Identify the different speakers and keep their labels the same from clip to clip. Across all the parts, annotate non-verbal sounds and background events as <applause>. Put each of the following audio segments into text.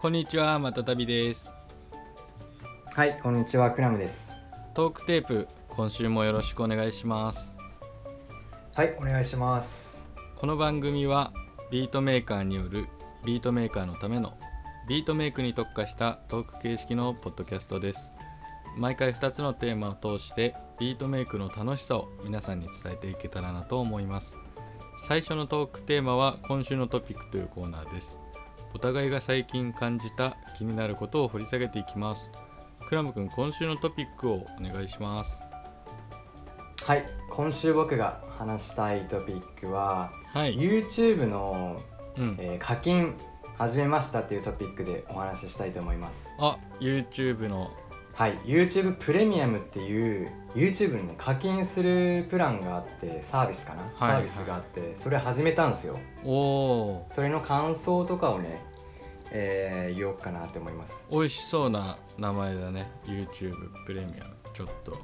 Speaker 1: こんにちは、またたびです。
Speaker 2: はい、こんにちは、クラムです。
Speaker 1: トークテープ、今週もよろしくお願いします。
Speaker 2: はい、お願いします。
Speaker 1: この番組はビートメーカーによるビートメーカーのためのビートメイクに特化したトーク形式のポッドキャストです。毎回2つのテーマを通してビートメイクの楽しさを皆さんに伝えていけたらなと思います。最初のトークテーマは今週のトピックというコーナーです。お互いが最近感じた気になることを掘り下げていきます。クラム君、今週のトピックをお願いします。
Speaker 2: はい、今週僕が話したいトピックは、
Speaker 1: はい。
Speaker 2: YouTube の、
Speaker 1: うん。
Speaker 2: えー課金始めましたっていうトピックでお話ししたいと思います。
Speaker 1: あ、YouTube の。
Speaker 2: はい、YouTube プレミアムっていう YouTube にね課金するプランがあってサービスかな、
Speaker 1: はいはい
Speaker 2: サービスがあってそれ始めたんですよ
Speaker 1: おー。
Speaker 2: それの感想とかをね、えー言おうかなって思います
Speaker 1: 美味しそうな名前だね YouTube プレミアムちょっと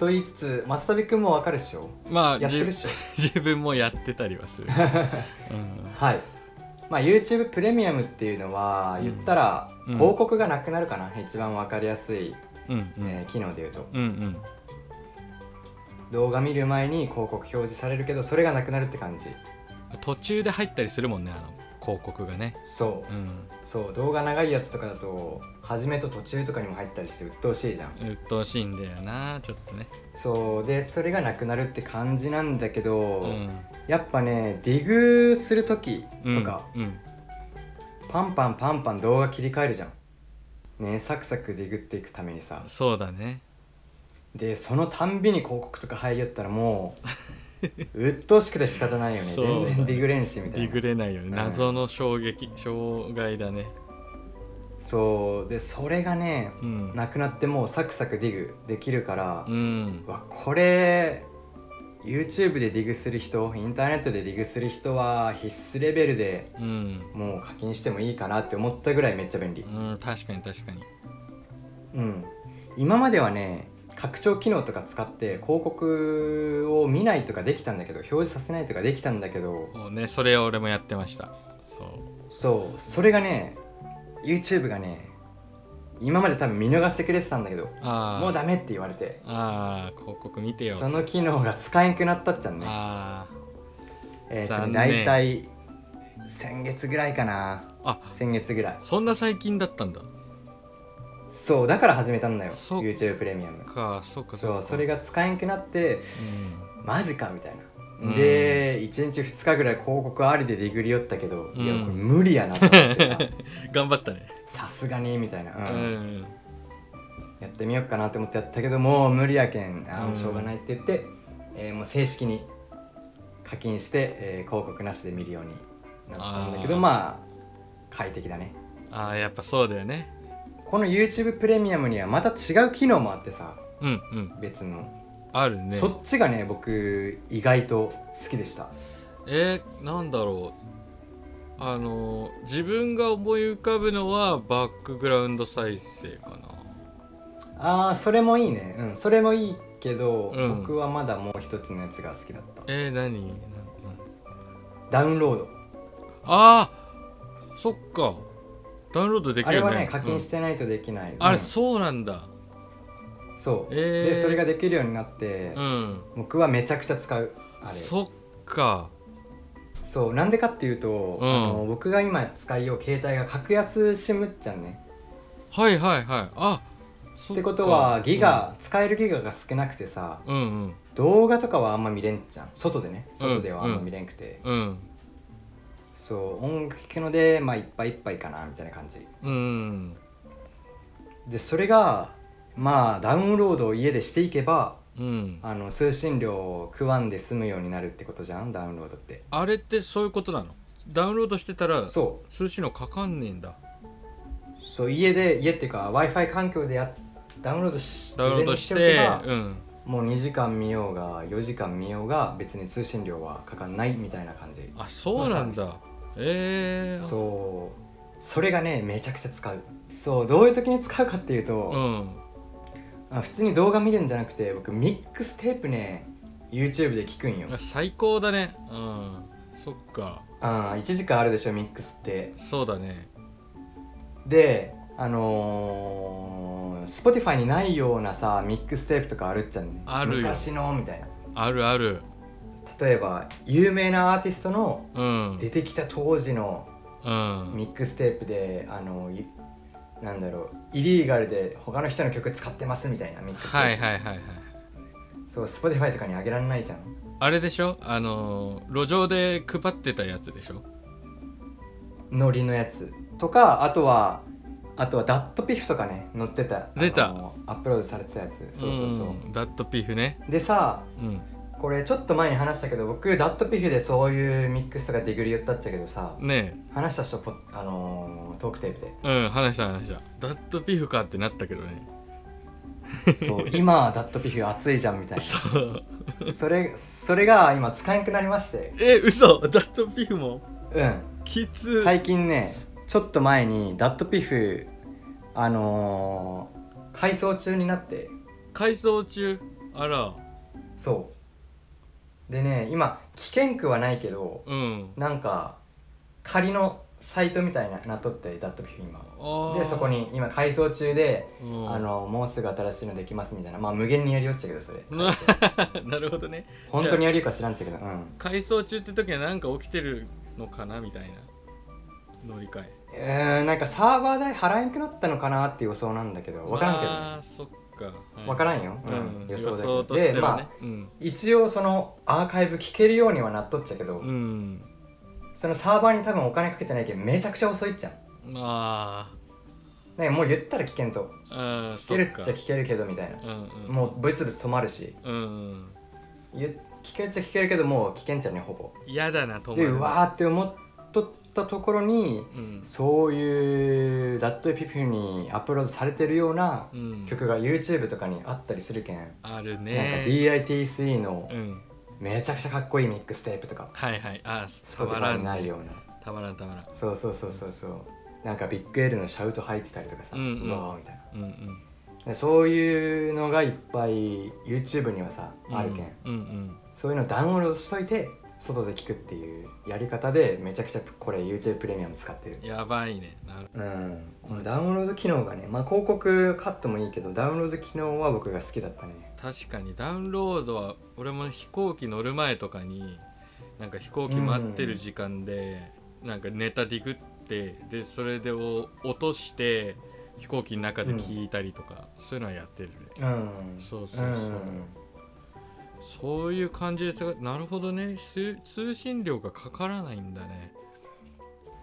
Speaker 2: と言いつつ松旅くんもわかるっしょ
Speaker 1: まあ
Speaker 2: やって
Speaker 1: じ
Speaker 2: るっしょ
Speaker 1: 自分 <laughs> もやってたりはす
Speaker 2: <laughs>
Speaker 1: る、うん
Speaker 2: はい、まあ、YouTube プレミアムっていうのは
Speaker 1: うん
Speaker 2: 言ったら
Speaker 1: うん
Speaker 2: 広告がなくなるかな、一番わかりやすい、
Speaker 1: うんうん、
Speaker 2: えー機能で言うと
Speaker 1: うんうん
Speaker 2: 動画見る前に広告表示されるけどそれがなくなるって感じ
Speaker 1: 途中で入ったりするもんねあの広告がね
Speaker 2: そううんそう動画長いやつとかだと初めと途中とかにも入ったりして鬱陶しいじゃん
Speaker 1: 鬱陶しいんだよなちょっとね
Speaker 2: そうでそれがなくなるって感じなんだけど、
Speaker 1: うん
Speaker 2: やっぱねディグする時
Speaker 1: うん
Speaker 2: とか、
Speaker 1: うん
Speaker 2: パンパンパンパン動画切り替えるじゃんねサクサクディグっていくためにさ
Speaker 1: そうだね
Speaker 2: でそのたんびに広告とか入りよったらも
Speaker 1: <laughs>
Speaker 2: う鬱陶しくて仕方ないよね
Speaker 1: そうだね
Speaker 2: 全然ディグれんしみた
Speaker 1: ディ
Speaker 2: い
Speaker 1: グ
Speaker 2: な
Speaker 1: れないよね
Speaker 2: うん
Speaker 1: 謎の衝撃障害だね
Speaker 2: そうでそれがね
Speaker 1: うん
Speaker 2: なくなってもうサクサクディグできるから、
Speaker 1: うん
Speaker 2: うわこれ YouTube でディグする人インターネットでディグする人は必須レベルで
Speaker 1: うん、
Speaker 2: もう課金してもいいかなって思ったぐらいめっちゃ便利
Speaker 1: うん、確かに確かに
Speaker 2: うん今まではね拡張機能とか使って広告を見ないとかできたんだけど表示させないとかできたんだけど
Speaker 1: そうねそれを俺もやってましたそう
Speaker 2: そうそれがね YouTube がね今まで多分見逃してくれてたんだけど
Speaker 1: ああ
Speaker 2: もうダメって言われて
Speaker 1: ああ広告見てよ
Speaker 2: その機能が使えんくなったっちゃんね
Speaker 1: あ
Speaker 2: えーと
Speaker 1: 残
Speaker 2: ね
Speaker 1: 念
Speaker 2: 大体先月ぐらいかな
Speaker 1: ーあ
Speaker 2: 先月ぐらい
Speaker 1: そんな最近だったんだ
Speaker 2: そうだから始めたんだよ
Speaker 1: そう
Speaker 2: YouTube プレミアム
Speaker 1: かそうか
Speaker 2: そう
Speaker 1: か
Speaker 2: それが使えんくなって
Speaker 1: う
Speaker 2: マジかみたい
Speaker 1: うん
Speaker 2: なで1日2日ぐらい広告ありでディグリ寄ったけど、いや
Speaker 1: うん
Speaker 2: これ無理やなと思ってさ
Speaker 1: ん頑張ったね <laughs>
Speaker 2: さすがにみたいな、
Speaker 1: う
Speaker 2: うん
Speaker 1: ん
Speaker 2: やってみようかなって思ってやったけどもう無理やけんあー
Speaker 1: うん
Speaker 2: しょうがないって言って、えーもう正式に課金して、えー広告なしで見るようになったんだけど
Speaker 1: あー
Speaker 2: まあ快適だね
Speaker 1: ああやっぱそうだよね
Speaker 2: この YouTube プレミアムにはまた違う機能もあってさ
Speaker 1: うんうん
Speaker 2: 別の、
Speaker 1: あるね
Speaker 2: そっちがね僕意外と好きでした
Speaker 1: えー、なんだろうあのー自分が思い浮かぶのはバックグラウンド再生か
Speaker 2: あーそれもいいねうんそれもいいけど、
Speaker 1: うん
Speaker 2: 僕はまだもう一つのやつが好きだった
Speaker 1: えー、何なんなん
Speaker 2: ダウンロード
Speaker 1: ああそっかダウンロードでき
Speaker 2: あ
Speaker 1: る
Speaker 2: れ
Speaker 1: よね、
Speaker 2: はね課金しててないとできない、
Speaker 1: うんあれ
Speaker 2: うん
Speaker 1: そうなんだ
Speaker 2: そう、
Speaker 1: えー
Speaker 2: でそれができるようになって、
Speaker 1: うん
Speaker 2: 僕はめちゃくちゃ使うあれ
Speaker 1: そっか
Speaker 2: そうなんでかっていうと、
Speaker 1: うん
Speaker 2: あの僕が今使いよう携帯が格安 SIM っちゃんね
Speaker 1: はいはいはいあそか
Speaker 2: ってことはギガ、使えるギガが少なくてさ
Speaker 1: うんうん
Speaker 2: 動画とかはあんま見れんじゃん外でね
Speaker 1: うん
Speaker 2: 外ではあんま見れんくて、
Speaker 1: うん
Speaker 2: そう音楽聴くのでまあいっぱいいっぱいかなみたいな感じ
Speaker 1: うん
Speaker 2: でそれがまあダウンロードを家でしていけば
Speaker 1: うん
Speaker 2: あの通信料を食わんで済むようになるってことじゃんダウンロードって
Speaker 1: あれってそういうことなのダウンロードしてたら
Speaker 2: そ
Speaker 1: 通信のかかんねえんだ
Speaker 2: うそう家で家っていうか w i f i 環境でやダウンロードし
Speaker 1: ダウンロードして
Speaker 2: 事前におけば
Speaker 1: うん
Speaker 2: もう2時間見ようが4時間見ようが別に通信料はかかんないみたいな感じ
Speaker 1: あそうなん
Speaker 2: ま
Speaker 1: だええ
Speaker 2: そうそれがねめちゃくちゃ使うそうどういう時に使うかっていうと、
Speaker 1: うん
Speaker 2: あ普通に動画見るんじゃなくて僕ミックステープね YouTube で聞くんよ
Speaker 1: あ最高だねうんそっか
Speaker 2: ああ1時間あるでしょミックスって
Speaker 1: そうだね
Speaker 2: であのー、Spotify にないようなさミックステープとかあるっちゃんね
Speaker 1: あるよ
Speaker 2: 昔のみたいな
Speaker 1: あるある
Speaker 2: 例えば有名なアーティストの
Speaker 1: うん
Speaker 2: 出てきた当時の
Speaker 1: うん
Speaker 2: ミックステープであのいなんだろうイリーガルで他の人の曲使ってますみたいなミックステープ
Speaker 1: はいはいはいはい
Speaker 2: そう Spotify とかにあげられないじゃん
Speaker 1: あれでしょあのー路上で配ってたやつでしょ
Speaker 2: ノリのやつとかあとはあとはダットピフとかね載ってた
Speaker 1: 出た
Speaker 2: あのアップロードされてたやつそうそうそう、
Speaker 1: んダットピーフね
Speaker 2: でさ
Speaker 1: うん
Speaker 2: これちょっと前に話したけど僕ダットピフでそういうミックスとかディグリ寄ったっちゃけどさ
Speaker 1: ね
Speaker 2: 話した人ポッあのートークテープで
Speaker 1: えうん話した話したダットピーフかってなったけどね <laughs>
Speaker 2: そう今ダットピフ熱いじゃんみたい
Speaker 1: そう
Speaker 2: なそれそれが今使えなくなりまして
Speaker 1: え嘘ダットピーフも
Speaker 2: うん
Speaker 1: きつ
Speaker 2: 最近ねちょっと前にダットピフあのー、改装中になって
Speaker 1: 改装中あら
Speaker 2: そうでね今危険区はないけど
Speaker 1: うん
Speaker 2: なんか仮のサイトみたいななっとってダットピフ今で
Speaker 1: で
Speaker 2: そこ、に今改装中で
Speaker 1: うん
Speaker 2: あのもうすぐ新しいのできますみたいなまあ無限にやりよっちゃけどそれ
Speaker 1: <laughs> なるほどね
Speaker 2: 本当にやりようか知らんちゃけどうん
Speaker 1: 改装中って時はなんか起きてるのかなみたいな乗り換え
Speaker 2: えー、なんかサーバー代払えんくなったのかなって予想なんだけど分からんけど、ね、
Speaker 1: あーそっか、はい
Speaker 2: 分からんよ、
Speaker 1: うん
Speaker 2: うん、
Speaker 1: 予
Speaker 2: 予想だけ
Speaker 1: 想
Speaker 2: ど
Speaker 1: として
Speaker 2: で
Speaker 1: は
Speaker 2: まあ
Speaker 1: ね、うん、
Speaker 2: 一応そのアーカイブ聞けるようにはなっとっちゃけど、
Speaker 1: うん、
Speaker 2: そのサーバーに多分お金かけてないけどめちゃくちゃ遅いっちゃん
Speaker 1: ま
Speaker 2: ねもう言ったら危険と
Speaker 1: ああー
Speaker 2: 聞け
Speaker 1: そっ
Speaker 2: るっ
Speaker 1: か
Speaker 2: ちゃ聞けるけどみたいな
Speaker 1: うんうん、
Speaker 2: もうブツブツ止まるし
Speaker 1: う、うん、
Speaker 2: 言う聞けるっちゃ聞けるけどもう危険っちゃねほぼ
Speaker 1: 嫌だなと思
Speaker 2: でうわーって思っとったところに
Speaker 1: うん、
Speaker 2: そういうダットエピピフにアップロードされてるような
Speaker 1: うん、
Speaker 2: 曲が YouTube とかにあったりするけん、
Speaker 1: ある
Speaker 2: なんか
Speaker 1: ね
Speaker 2: DITC の
Speaker 1: うん
Speaker 2: めちゃくちゃかっこいいミックステープとか
Speaker 1: はいはいあーた
Speaker 2: そう
Speaker 1: ま
Speaker 2: と
Speaker 1: ら
Speaker 2: か
Speaker 1: ん、ね、
Speaker 2: ないような
Speaker 1: たまらんたまらん
Speaker 2: そうそうそうそうそうなんかビッグエルのシャウト入ってたりとかさ、
Speaker 1: うんうん
Speaker 2: うわーみたいな
Speaker 1: うんうん
Speaker 2: でそういうのがいっぱい YouTube にはさ
Speaker 1: うん
Speaker 2: あるけん、
Speaker 1: うんうん
Speaker 2: そういうのダウンロードしといて外で聞くっていうやり方でめちゃくちゃこれ YouTube プレミアム使ってる
Speaker 1: やばいねなる
Speaker 2: うんこのダウンロード機能がねまあ広告カットもいいけどダウンロード機能は僕が好きだったね
Speaker 1: 確かにダウンロードは俺も飛行機乗る前とかになんか飛行機待ってる時間で、なんかネタディグってでそれでを落として飛行機の中で聞いたりとか、そういうのはやってるね
Speaker 2: うん
Speaker 1: そうそうそうんそういう感じですがなるほどね通通信料がかからないんだね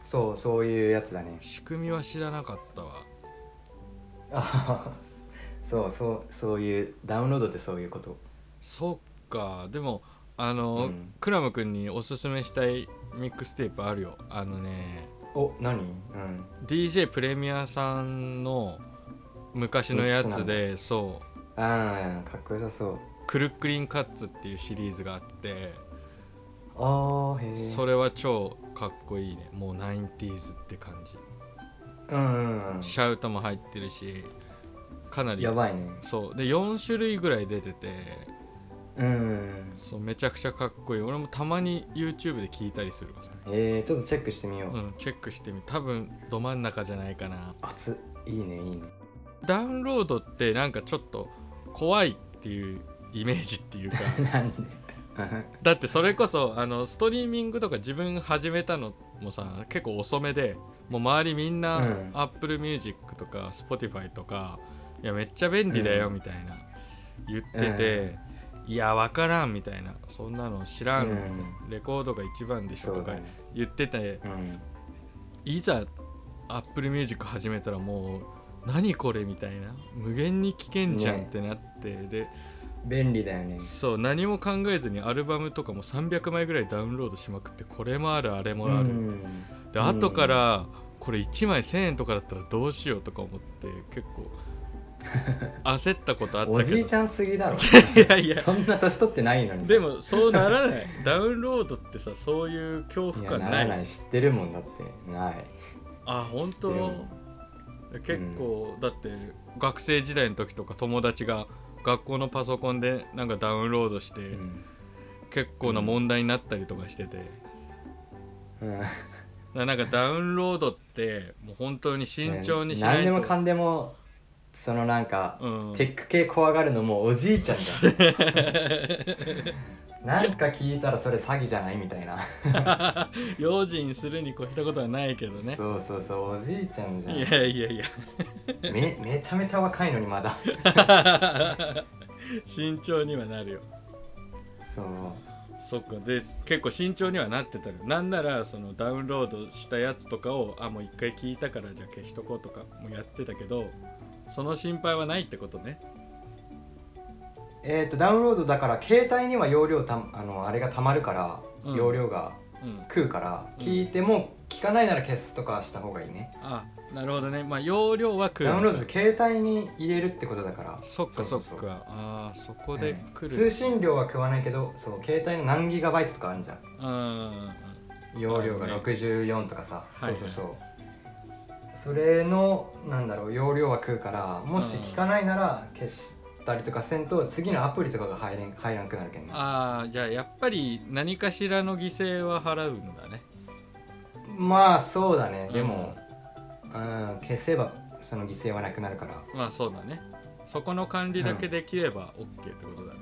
Speaker 2: そうそういうやつだね
Speaker 1: 仕組みは知らなかったわ
Speaker 2: あはは <laughs> そうそうそういうダウンロードってそういうこと
Speaker 1: そっかでもあの、
Speaker 2: うん
Speaker 1: クラム君におすすめしたいミックステープあるよあのね
Speaker 2: お何うん、
Speaker 1: DJ プレミアさんの昔のやつでそう
Speaker 2: ああかっこよさそう
Speaker 1: クルックリンカッツっていうシリーズがあって
Speaker 2: ああへえ
Speaker 1: それは超かっこいいねもう 90s って感じ
Speaker 2: うんうんうん
Speaker 1: シャウトも入ってるしかなり
Speaker 2: やばいね
Speaker 1: そうで4種類ぐらい出てて
Speaker 2: うん
Speaker 1: そうめちゃくちゃかっこいい俺もたまに YouTube で聞いたりするわ
Speaker 2: えー、ちょっとチェックしてみよう、
Speaker 1: うんチェックしてみ多分ど真ん中じゃないかな
Speaker 2: 熱っいいねいいね <laughs>
Speaker 1: ダウンロードってなんかちょっと怖いっていうイメージっていう
Speaker 2: <laughs>
Speaker 1: か
Speaker 2: なんで
Speaker 1: だってそれこそあのストリーミングとか自分始めたのもさ結構遅めでもう周りみんな
Speaker 2: うん
Speaker 1: AppleMusic とか Spotify とかいやめっちゃ便利だよ
Speaker 2: うん
Speaker 1: みたいな、言ってて、いや分からんみたいなそんなの知らんみたいな、レコードが一番でしょ
Speaker 2: そ
Speaker 1: と
Speaker 2: う
Speaker 1: か
Speaker 2: だね
Speaker 1: 言ってて
Speaker 2: うん
Speaker 1: いざ AppleMusic 始めたらもう何これみたいな無限に聴けんじゃんってなって、で
Speaker 2: 便利だよね
Speaker 1: そう何も考えずにアルバムとかも300枚ぐらいダウンロードしまくってこれもあるあれもある、
Speaker 2: うん
Speaker 1: で後からこれ1枚1000円とかだったらどうしようとか思って結
Speaker 2: <laughs>
Speaker 1: 構焦ったことあったけど
Speaker 2: おじいちゃんすぎだ
Speaker 1: <laughs>
Speaker 2: ろ
Speaker 1: いやいや
Speaker 2: そんな年取ってないのに
Speaker 1: でもそうならないダウンロードってさそういう恐
Speaker 2: い
Speaker 1: 怖感
Speaker 2: やな
Speaker 1: な
Speaker 2: ら
Speaker 1: い
Speaker 2: ない知ってるもんだってない
Speaker 1: あ本
Speaker 2: 知ってる
Speaker 1: 当
Speaker 2: もん
Speaker 1: 結構、だって学生時代の時とか友達が学校のパソコンでなんかダウンロードして、
Speaker 2: うん
Speaker 1: 結構な問題になったりとかしてて、
Speaker 2: うん
Speaker 1: らなんかダウンロードってもう本当に慎重にしな
Speaker 2: 何
Speaker 1: い
Speaker 2: で
Speaker 1: と、
Speaker 2: もかんでもそのなんか、
Speaker 1: うん、
Speaker 2: テック系怖がるのもうおじいちゃんじゃ
Speaker 1: <laughs>
Speaker 2: んなんか聞いたらそれ詐欺じゃないみたいな、
Speaker 1: 用心するに越したことはないけどね
Speaker 2: そうそうそうおじいちゃんじゃん
Speaker 1: いやいやいや <laughs>
Speaker 2: めめちゃめちゃ若いのにまだ
Speaker 1: 慎重にはなるよ
Speaker 2: そう
Speaker 1: そっかで結構慎重にはなってたのなんならそのダウンロードしたやつとかをあもう一回聞いたからじゃあ消しとこうとかもやってたけどその心配はないってことね
Speaker 2: えっ、とダウンロードだから携帯には容量たあのあれがたまるから、
Speaker 1: うん
Speaker 2: 容量が
Speaker 1: うん
Speaker 2: 食うから
Speaker 1: うん
Speaker 2: 聞いても聞かないなら消すとかした方がいいね、
Speaker 1: あなるほどねまあ容量は来る
Speaker 2: ダウンロードって携帯に入れるってことだから
Speaker 1: そっかそっか
Speaker 2: そうそうそう
Speaker 1: あーそこで来
Speaker 2: 通
Speaker 1: る、
Speaker 2: 信量は食わないけどそう携帯の何ギガバイトとかあるじゃん
Speaker 1: うん
Speaker 2: 容量が
Speaker 1: あるね
Speaker 2: 64とかさ、
Speaker 1: はいはい
Speaker 2: そうそうそうそれのなんだろう容量は食うからもし聞かないなら消したりとかせんと次のアプリとかが入れん入らんくなるけんね
Speaker 1: あーじゃあやっぱり何かしらの犠牲は払うんだね
Speaker 2: まあそうだね
Speaker 1: うん
Speaker 2: でも、うん、消せばその犠牲はなくなるから
Speaker 1: まあそうだねそこの管理だけできれば OK ってことだね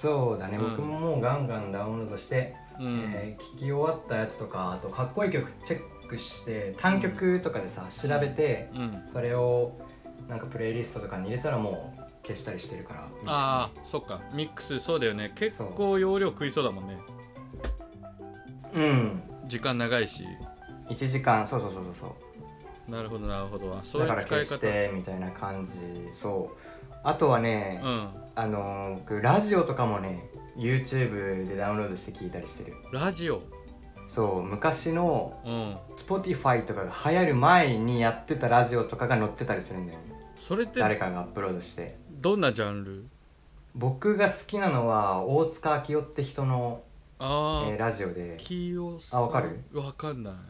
Speaker 2: そうだね、
Speaker 1: うん
Speaker 2: 僕ももうガンガンダウンロードして、
Speaker 1: うん、
Speaker 2: えー聞き終わったやつとかあとかっこいい曲チェックして単曲とかでさ調べて、
Speaker 1: うん
Speaker 2: それをなんかプレイリストとかに入れたらもう消したりしてるから
Speaker 1: ああそっかミックスそうだよね結構容量食いそうだもんね
Speaker 2: うん
Speaker 1: 時間長いし
Speaker 2: 1時間そうそうそうそう
Speaker 1: なるほどなるほどあ
Speaker 2: そ
Speaker 1: そうう
Speaker 2: だ
Speaker 1: い
Speaker 2: か
Speaker 1: う
Speaker 2: ら
Speaker 1: 使
Speaker 2: 消
Speaker 1: い
Speaker 2: し
Speaker 1: 方
Speaker 2: てみたいな感じそうあとはね、
Speaker 1: うん
Speaker 2: あのー僕ラジオとかもね YouTube でダウンロードして聞いたりしてる
Speaker 1: ラジオ
Speaker 2: そう昔の
Speaker 1: うん
Speaker 2: Spotify とかが流行る前にやってたラジオとかが載ってたりするんだよね
Speaker 1: それって
Speaker 2: 誰かがアップロードして
Speaker 1: どんなジャンル
Speaker 2: 僕が好きなのは大塚明夫って人の、え
Speaker 1: ああ、
Speaker 2: ーラジオで
Speaker 1: キヨさん
Speaker 2: あわかる
Speaker 1: わかんない <laughs>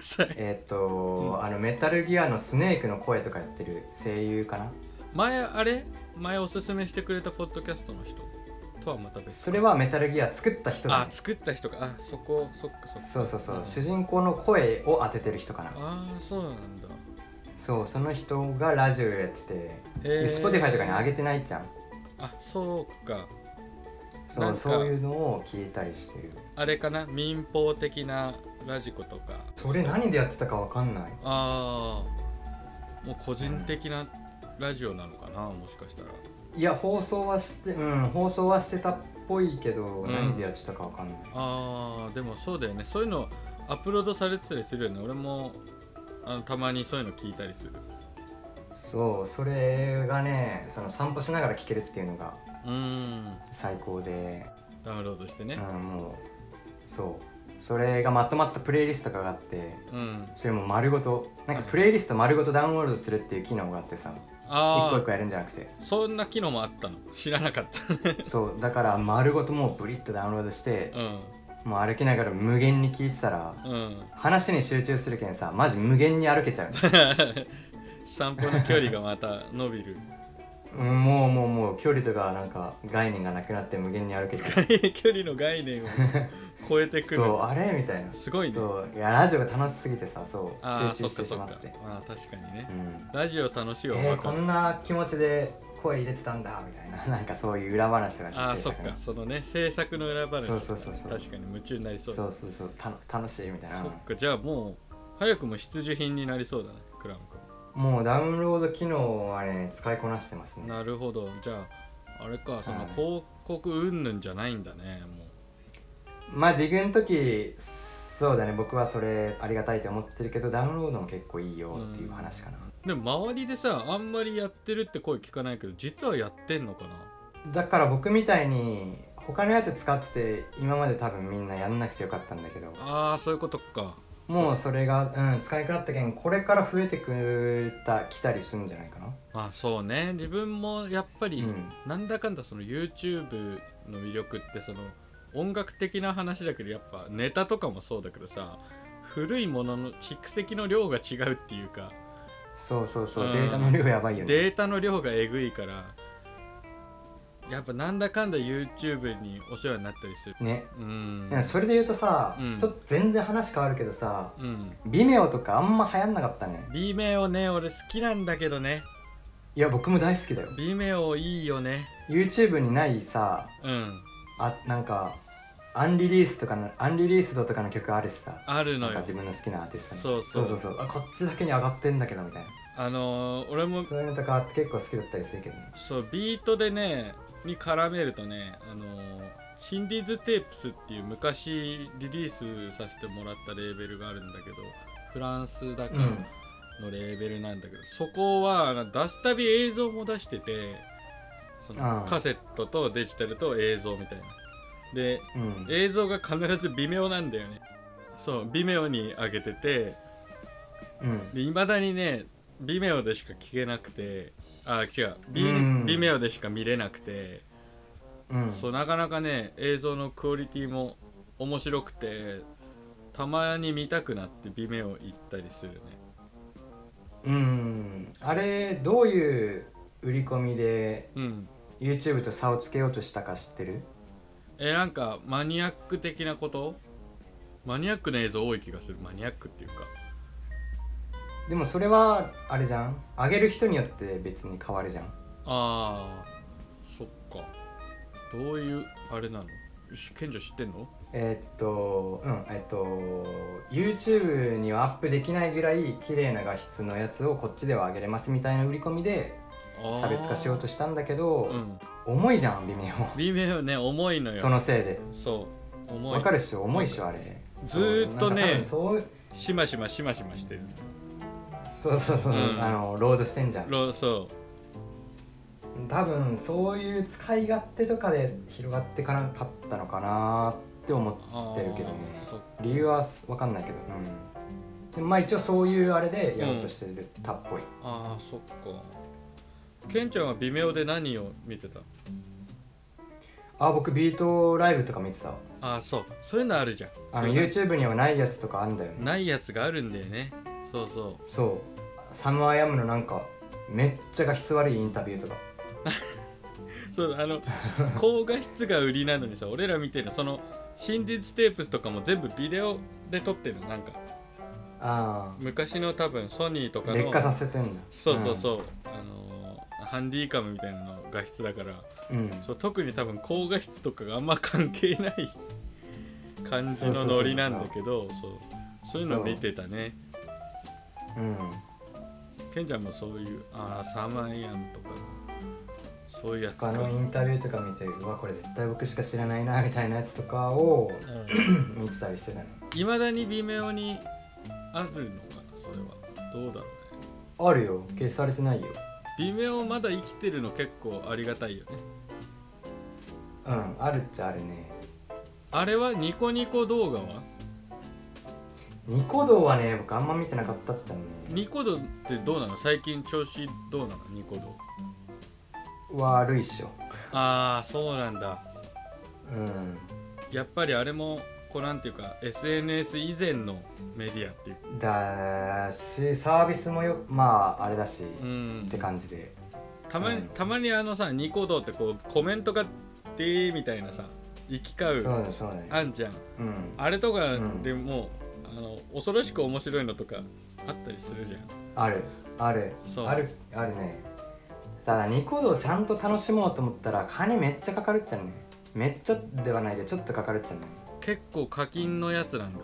Speaker 1: さ
Speaker 2: えーっ
Speaker 1: う
Speaker 2: と、
Speaker 1: ん
Speaker 2: あのメタルギアのスネークの声とかやってる声優かな
Speaker 1: 前あれ前おすすめしてくれたポッドキャストの人とはまた別か
Speaker 2: それはメタルギア作った人だ、
Speaker 1: あ
Speaker 2: ね、
Speaker 1: 作った人かあそこそっかそっか
Speaker 2: そうそうそう、
Speaker 1: うん
Speaker 2: 主人公の声を当ててる人かな
Speaker 1: ああそうなんだ
Speaker 2: そうその人がラジオやってて、
Speaker 1: え
Speaker 2: で Spotify とかに上げてないじゃん
Speaker 1: あそうか
Speaker 2: そ
Speaker 1: なん
Speaker 2: う
Speaker 1: か
Speaker 2: そういうのを聞いたりしてる
Speaker 1: あれかな民放的なラジコとか
Speaker 2: それ何でやってたかわかんない
Speaker 1: ああもう個人的なラジオなのかなもしかしたら
Speaker 2: いや放送はしてうん放送はしてたっぽいけど、
Speaker 1: ん
Speaker 2: 何でやってたかわかんない
Speaker 1: あーでもそうだよねそういうのアップロードされてたりするよね俺もあのたまにそういうの聞いたりする
Speaker 2: そうそれがねその散歩しながら聴けるっていうのが
Speaker 1: うーん
Speaker 2: 最高で、
Speaker 1: ダウンロードしてね
Speaker 2: うん、もうそうそれがまとまったプレイリストとかがあって
Speaker 1: うん
Speaker 2: それも丸ごとなんかプレイリスト丸ごとダウンロードするっていう機能があってさ一個
Speaker 1: あ
Speaker 2: 一個
Speaker 1: あ
Speaker 2: やるんじゃなくて
Speaker 1: そんな機能もあったの知らなかった
Speaker 2: そうだから丸ごともうブリッとダウンロードして
Speaker 1: うん
Speaker 2: もう歩きながら無限に聞いてたら
Speaker 1: うん <laughs>
Speaker 2: 話に集中するけんさマジ無限に歩けちゃう
Speaker 1: 散歩の距離がまた伸びる <laughs>
Speaker 2: うんもうもうもう距離とかなんか概念がなくなって無限に歩けちゃう
Speaker 1: 距離の概念を超えて <laughs> くる
Speaker 2: そうあれみたいな
Speaker 1: すごいね
Speaker 2: そういやラジオが楽しすぎてさそう
Speaker 1: ああそっ
Speaker 2: 集中して
Speaker 1: か
Speaker 2: し
Speaker 1: そっ
Speaker 2: ま
Speaker 1: か
Speaker 2: って
Speaker 1: あー確かにね
Speaker 2: うん
Speaker 1: ラジオ楽しいわ、
Speaker 2: えー
Speaker 1: 分
Speaker 2: こ
Speaker 1: かる
Speaker 2: んな気持ちで声入れてたんだみたいな <laughs> なんかそういう裏話とか
Speaker 1: ああ
Speaker 2: 聞い
Speaker 1: そ
Speaker 2: て
Speaker 1: った
Speaker 2: ら
Speaker 1: かそのね制作の裏話
Speaker 2: そうそうそうそう
Speaker 1: 確かに夢中になりそうだ
Speaker 2: そうそうそうたの楽しいみたいな
Speaker 1: そっかじゃあもう早くも必需品になりそうだねクラム
Speaker 2: もうダウンロード機能はね使いこなしてます
Speaker 1: 君
Speaker 2: ね
Speaker 1: なるほどじゃああれかその
Speaker 2: はい
Speaker 1: 広告云々じゃないんだねもう
Speaker 2: まあディグの時そうだね僕はそれありがたいと思ってるけどダウンロードも結構いいよっていう話かな、
Speaker 1: でも周りでさあんまりやってるって声聞かないけど実はやってんのか
Speaker 2: だから僕みたいに他のやつ使ってて今まで多分みんなやんなくてよかったんだけど
Speaker 1: なああそういうことか
Speaker 2: もうそれが、うん、使い方ったけんこれから増えてくたきたりするんじゃないかな
Speaker 1: まあそうね自分もやっぱり、
Speaker 2: うん
Speaker 1: なんだかんだその YouTube の魅力ってその音楽的な話だけどやっぱネタとかもそうだけどさ古いものの蓄積の量が違うっていうか
Speaker 2: そうそうそう、
Speaker 1: うん
Speaker 2: データの量やばいよね
Speaker 1: データの量がえぐいからやっぱなんだかんだ YouTube にお世話になったりする
Speaker 2: ね
Speaker 1: うん
Speaker 2: なんかそれで言うとさ、
Speaker 1: うん
Speaker 2: ちょっと全然話変わるけどさ
Speaker 1: うん
Speaker 2: Vimeo とかあんま流行んなかったね
Speaker 1: B 名をね俺好きなんだけどね
Speaker 2: いや僕も大好きだよ
Speaker 1: B 名をいいよね
Speaker 2: YouTube にないさ
Speaker 1: うん
Speaker 2: あなんかアンリリースとかのアンリリースドとかの曲あるしさ
Speaker 1: あるの
Speaker 2: なんか
Speaker 1: よ
Speaker 2: 自分の好きなアーティスト
Speaker 1: そう
Speaker 2: の
Speaker 1: そう
Speaker 2: そうそうあこっちだけに上がってんだけどみたいな
Speaker 1: あのー俺も
Speaker 2: そういうのとかあって結構好きだったりするけどね
Speaker 1: そうビートでねに絡めるとねあのーシンディーズテープスっていう昔リリースさせてもらったレーベルがあるんだけどフランスだか
Speaker 2: う
Speaker 1: ら
Speaker 2: ん
Speaker 1: のレーベルなんだけど、そこはあの出すたび映像も出しててそ
Speaker 2: あ
Speaker 1: の
Speaker 2: あ
Speaker 1: カセットとデジタルと映像みたいなで
Speaker 2: うん
Speaker 1: 映像が必ず微妙なんだよねそう微妙に上げてて
Speaker 2: うん
Speaker 1: で未だにね Vimeo でしか聞けなくてあ違う
Speaker 2: うん
Speaker 1: Vimeo でしか見れなくて、
Speaker 2: うん
Speaker 1: そうなかなかね映像のクオリティも面白くてたまに見たくなって Vimeo 行ったりするね
Speaker 2: うんあれどういう売り込みで
Speaker 1: うん
Speaker 2: YouTube と差をつけようとしたか知ってる
Speaker 1: えなんかマニアック的なことマニアックな映像多い気がするマニアックっていうか
Speaker 2: でもそれはあれじゃん上げる人によって別に変わるじゃん
Speaker 1: あーそっかどういうあれなのし賢者知ってんの
Speaker 2: えーっとうんえっと YouTube にはアップできないぐらい綺麗な画質のやつをこっちでは上げれますみたいな売り込みで
Speaker 1: あー
Speaker 2: 差別化しようとしたんだけど、
Speaker 1: うん
Speaker 2: 重いじゃん微妙
Speaker 1: Vimeo ね重いのよ
Speaker 2: そのせいで
Speaker 1: そう重い
Speaker 2: わかるっしょ重いっしょあれ
Speaker 1: ずーっとね
Speaker 2: そうなんか
Speaker 1: しましましましましてる
Speaker 2: 多分そうそうそうそう、
Speaker 1: うん
Speaker 2: あのロードしてんじゃん
Speaker 1: ろそ
Speaker 2: 多分そういう使い勝手とかで広がってから買ったのかなって思
Speaker 1: うあー
Speaker 2: ってるけどね
Speaker 1: そっ
Speaker 2: 理由は分かんないけどうんでもまあ一応そういうあれでやろうとしてるたっぽい、
Speaker 1: ああそっかケンちゃんは微妙で何を見てた
Speaker 2: あ僕ビートライブとか見てたわ
Speaker 1: ああそうそういうのあるじゃんそ
Speaker 2: あの
Speaker 1: ういう
Speaker 2: YouTube にはないやつとかあんだよね
Speaker 1: ないやつがあるんだよねそうそ
Speaker 2: そうサム・アイ・アムのなんかめっちゃ画質悪いインタビューとか
Speaker 1: うそうあ
Speaker 2: <laughs>
Speaker 1: の高画質が売りなのにさ俺ら見てるのそのシンディステープスとかも全部ビデオで撮ってるのなんか
Speaker 2: あ
Speaker 1: 昔の多分ソニーと
Speaker 2: あ
Speaker 1: かの
Speaker 2: 劣化させてんだ
Speaker 1: そうそうそう、あのーハンディカムみたいなの画質だから
Speaker 2: うん、うん
Speaker 1: そう特に多分高画質とかがあんま関係ない感じのノリなんだけどそうそういうの見てたね
Speaker 2: うん
Speaker 1: ケンちゃんもそういうああサーマンヤンとかそういうやつか
Speaker 2: 他のインタビューとか見てうわこれ絶対僕しか知らないなみたいなやつとかを <laughs> 見てたりしてたね
Speaker 1: いまだに微妙にあるのかなそれはどうだろうね
Speaker 2: あるよ消されてないよ
Speaker 1: 微妙まだ生きてるの結構ありがたいよね
Speaker 2: うんあるっちゃあるね
Speaker 1: あれはニコニコ動画は
Speaker 2: ニコ動はね僕あんま見てなかったっちゃね
Speaker 1: ニコ動ってどうなの最近調子どうなのニコ動
Speaker 2: 悪いっしょ
Speaker 1: ああそうなんだ
Speaker 2: うん
Speaker 1: やっぱりあれもこうなんていうか SNS 以前のメディアっていう
Speaker 2: だしサービスもよまああれだし、
Speaker 1: う
Speaker 2: っ
Speaker 1: ん
Speaker 2: て感じで
Speaker 1: たまに
Speaker 2: うん
Speaker 1: たまにあのさニコ動ってこうコメントが「でー」みたいなさ行き
Speaker 2: そう
Speaker 1: 交う
Speaker 2: だそうだ
Speaker 1: あんじゃん
Speaker 2: うん
Speaker 1: あれとか
Speaker 2: うん
Speaker 1: でもう、あの恐ろしく面白いのとかあったりするじゃん
Speaker 2: あるある
Speaker 1: そう
Speaker 2: あるあるねただニコ動ちゃんと楽しもうと思ったら金めっちゃかかるっちゃねめっちゃではないでちょっとかかるっちゃね
Speaker 1: 結構課金のやつなんだ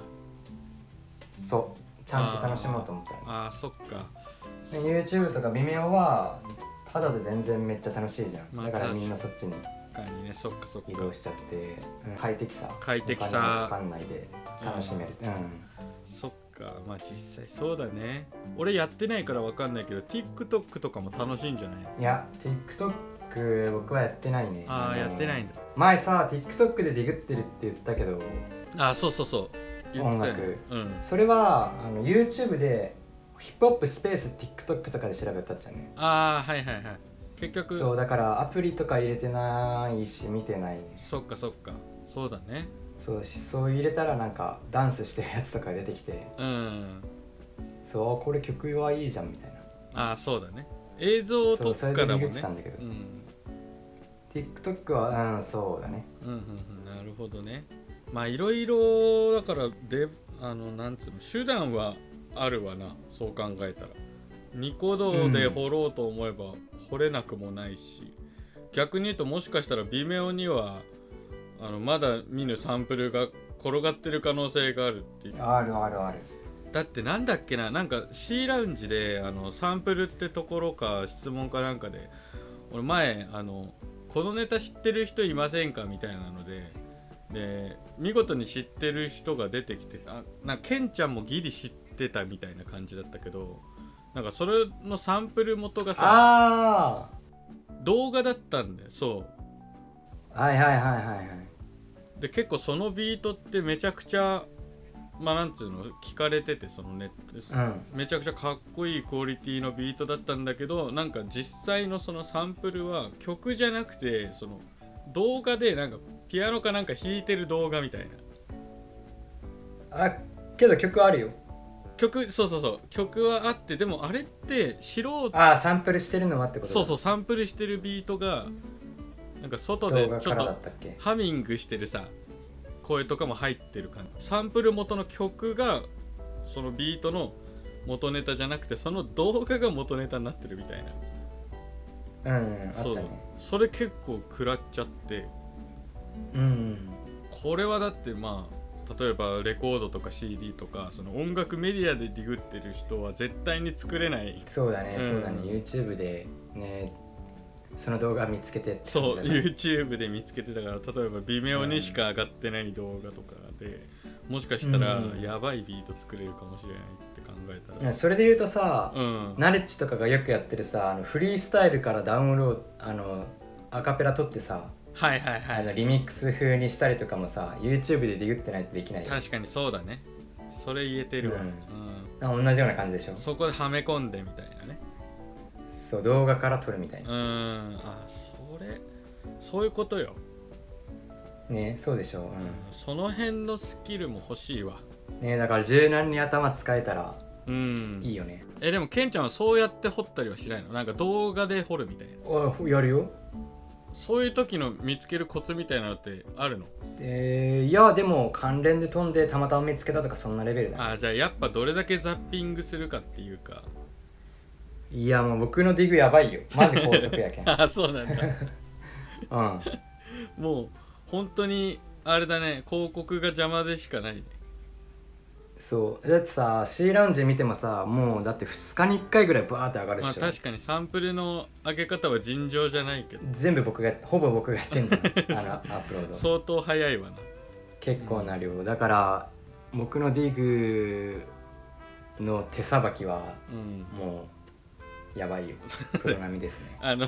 Speaker 2: そうちゃんと楽しもうと思ったら
Speaker 1: あーそっか
Speaker 2: で YouTube とか微妙はただで全然めっちゃ楽しいじゃん、
Speaker 1: まあ
Speaker 2: だからみんなそっちに
Speaker 1: 他にねそっかそっか
Speaker 2: 移動しちゃって、うん快適さ
Speaker 1: 快適さ
Speaker 2: お金もかかんないで楽しめる、うん
Speaker 1: そっかまあ実際そうだね俺やってないからわかんないけど TikTok とかも楽しいんじゃない
Speaker 2: いや TikTok 僕はやってないね
Speaker 1: ああやってないんだ
Speaker 2: 前さ TikTok でディグってるって言ったけど
Speaker 1: あーそうそうそう言ってたよねうん
Speaker 2: それはあの YouTube でヒップホップスペース TikTok とかで調べたっちゃね
Speaker 1: ああはいはいはい結局
Speaker 2: そうだからアプリとか入れてないし見てないね
Speaker 1: そっかそっかそうだね
Speaker 2: そうだしそう入れたらなんかダンスしてるやつとか出てきて
Speaker 1: うん
Speaker 2: そうこれ曲はいいじゃんみたいな
Speaker 1: ああそうだね映像を
Speaker 2: そ
Speaker 1: 撮
Speaker 2: う
Speaker 1: っ
Speaker 2: それ
Speaker 1: か
Speaker 2: で
Speaker 1: ら
Speaker 2: 見
Speaker 1: も
Speaker 2: れて
Speaker 1: ね
Speaker 2: たんだけど、
Speaker 1: うん
Speaker 2: TikTok はうんそうだね
Speaker 1: うんうんうんなるほどねまあいろいろだからであのなんつうの手段はあるわなそう考えたらニコ動で
Speaker 2: うん
Speaker 1: 掘ろうと思えば掘れなくもないし、逆に言うともしかしたら微妙にはあのまだ見ぬサンプルが転がってる可能性があるっていう
Speaker 2: あるあるある
Speaker 1: だってなんだっけななんか C ラウンジであのサンプルってところか質問かなんかで俺前あのこのネタ知ってる人いませんかみたいなのでで見事に知ってる人が出てきてあなんかケンちゃんもギリ知ってたみたいな感じだったけどなんかそれのサンプル元がさ
Speaker 2: あ
Speaker 1: 動画だったんだよそう
Speaker 2: あはいはいはいはいはい
Speaker 1: で結構そのビートってめちゃくちゃまあなんつうの聞かれててそのネット、
Speaker 2: う
Speaker 1: めちゃくちゃかっこいいクオリティのビートだったんだけどなんか実際のそのサンプルは曲じゃなくてその動画でなんかピアノかなんか弾いてる動画みたいな
Speaker 2: あけど曲あるよ
Speaker 1: 曲そうそうそう曲はあってでもあれって素人
Speaker 2: ああサンプルしてるのはってこと
Speaker 1: そうそううサンプルしてるビートがなんか外で
Speaker 2: 動画
Speaker 1: ち
Speaker 2: か
Speaker 1: ょっ
Speaker 2: らだ
Speaker 1: と
Speaker 2: ったっけ
Speaker 1: ハミングしてるさ声とかも入ってる感じサンプル元の曲がそのビートの元ネタじゃなくてその動画が元ネタになってるみたいな
Speaker 2: うんうんあった
Speaker 1: そう
Speaker 2: ね
Speaker 1: それ結構食らっちゃって
Speaker 2: うん
Speaker 1: これはだってまあ例えばレコードとか CD とかその音楽メディアでディグってる人は絶対に作れ
Speaker 2: <laughs>
Speaker 1: ない
Speaker 2: そうだね、
Speaker 1: うん
Speaker 2: そうだね YouTube でねその動画見つけてって感
Speaker 1: そう
Speaker 2: じだね
Speaker 1: YouTube で見つけてたから例えば微妙にしか上がってない動画とかでもしかしたら
Speaker 2: うん
Speaker 1: やばいビート作れるかもしれないって考えたら、
Speaker 2: いやそれで言うとさ、
Speaker 1: うん、
Speaker 2: ナレッジとかがよくやってるさあのフリースタイルからダウンロードあのアカペラ撮ってさ、
Speaker 1: はいはいは
Speaker 2: あの
Speaker 1: い
Speaker 2: リミックス風にしたりとかもさ YouTube でディグってないとできないよ
Speaker 1: 確かにそうだねそれ言えてるわ、う
Speaker 2: うんんあ同じような感じでしょ
Speaker 1: そこではめ込んでみたいなね
Speaker 2: そう動画から撮るみたいうな、
Speaker 1: んあそれそういうことよ、
Speaker 2: ねそうでしょ、
Speaker 1: その辺のスキルも欲しいわ
Speaker 2: うんねだから柔軟に頭使えたら
Speaker 1: うん
Speaker 2: いいよね、
Speaker 1: えでもケンちゃんはそうやって掘ったりはしないのなんか動画で掘るみたいな
Speaker 2: おやるよ
Speaker 1: そういう時の見つけるコツみたいなのってあるの
Speaker 2: えーいやでも関連で飛んでたまたま見つけたとかそんなレベルだね
Speaker 1: あじゃあやっぱどれだけザッピングするかっていうか
Speaker 2: いやもう僕のディグやばいよマジ高速
Speaker 1: <laughs>
Speaker 2: やけん
Speaker 1: あそうなんだ
Speaker 2: うん
Speaker 1: もう本当にあれだね広告が邪魔でしかないね
Speaker 2: そうだってさ C ラウンジ見てもさもうだって2日に1回ぐらいバーって上がるで
Speaker 1: まあ
Speaker 2: しょ、
Speaker 1: 確かにサンプルの上げ方は尋常じゃないけど
Speaker 2: 全部僕がほぼ僕がやって
Speaker 1: <laughs>
Speaker 2: んじゃんあのアップロード
Speaker 1: 相当早いわな
Speaker 2: 結構な量だから僕のディグの手さばきは
Speaker 1: うん
Speaker 2: もうやばいよプロ並みですね
Speaker 1: あの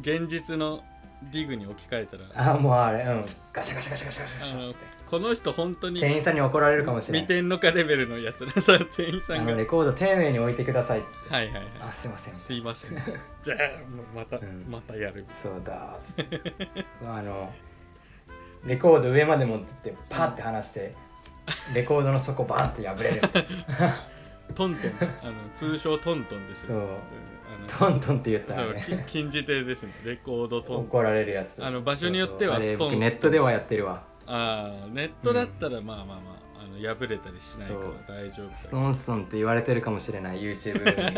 Speaker 1: 現実のディグに置き換えたら
Speaker 2: あもうあれうんガシャガシャガシャガシャガシャガシ
Speaker 1: あ
Speaker 2: ャっ
Speaker 1: の
Speaker 2: つって
Speaker 1: この人本当に
Speaker 2: 店員さんに怒られるかもし
Speaker 1: 見
Speaker 2: れない
Speaker 1: てんのかレベルのやつなさ店員さ
Speaker 2: あ
Speaker 1: んが
Speaker 2: の
Speaker 1: はい
Speaker 2: レコード丁寧に置いてくださいっつって
Speaker 1: はいはい
Speaker 2: あすいません
Speaker 1: すいま
Speaker 2: <laughs>
Speaker 1: せんじゃあまた
Speaker 2: うん
Speaker 1: またやる
Speaker 2: そうだーっつってあのレコード上まで持ってってパーって離してレコードの底バーって破れる
Speaker 1: トントンあの通称トントンです
Speaker 2: そ
Speaker 1: よ
Speaker 2: う
Speaker 1: うんあの
Speaker 2: トントンって言った
Speaker 1: そ
Speaker 2: ら
Speaker 1: う
Speaker 2: ね
Speaker 1: き禁じ手ですねレコードトントン
Speaker 2: 怒られるやつ
Speaker 1: あの場所によっては
Speaker 2: そうそう
Speaker 1: ストーン
Speaker 2: あれ僕ネットではやってるわ
Speaker 1: ああネットだったらまあまあまああの破れたりしないから
Speaker 2: そう
Speaker 1: 大丈夫だ
Speaker 2: ス
Speaker 1: け
Speaker 2: ト
Speaker 1: ど
Speaker 2: ーンストーンって言われてるかもしれない YouTube に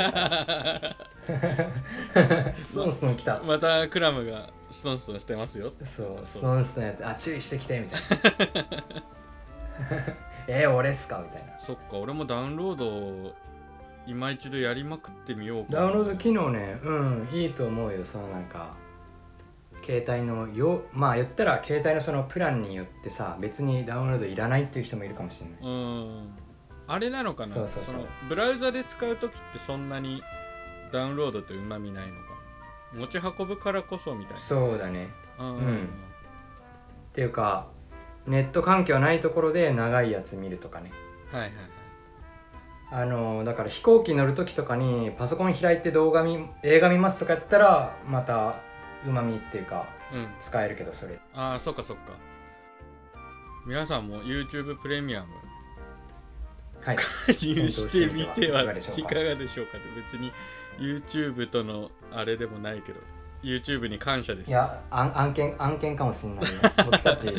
Speaker 2: ストーンストーン来たっつって
Speaker 1: またクラムがストンストンしてますよ
Speaker 2: <laughs> そう
Speaker 1: そう
Speaker 2: ストーンストーンやってあ注意してきてみたいな
Speaker 1: <laughs>
Speaker 2: <laughs> え俺っすかみたいな
Speaker 1: そっか俺もダウンロードを今一度やりまくってみようかな
Speaker 2: ダウンロード機能ねうんいいと思うよそのなんか携帯のよまあ言ったら携帯のそのプランによってさ別にダウンロードいらないっていう人もいるかもしれない
Speaker 1: うんあれなのかな
Speaker 2: そうそうそう
Speaker 1: のブラウザで使う時ってそんなにダウンロードってうまみないのかな持ち運ぶからこそみたい
Speaker 2: そうだね
Speaker 1: なうん
Speaker 2: うんっていうかネット環境ないところで長いやつ見るとかね
Speaker 1: はいはいはい
Speaker 2: あのだから飛行機乗る時とかにパソコン開いて動画見映画見ますとかやったらまたうまみっていうか
Speaker 1: うん
Speaker 2: 使えるけどそれ
Speaker 1: ああそっかそっか皆さんも YouTube プレミアム
Speaker 2: はい
Speaker 1: 加入してみてはい
Speaker 2: か
Speaker 1: い
Speaker 2: がでしょうか
Speaker 1: かがでしょうかって別に YouTube とのあれでもないけど YouTube に感謝です
Speaker 2: いや案案件案件かもし
Speaker 1: <laughs>
Speaker 2: んないね僕たち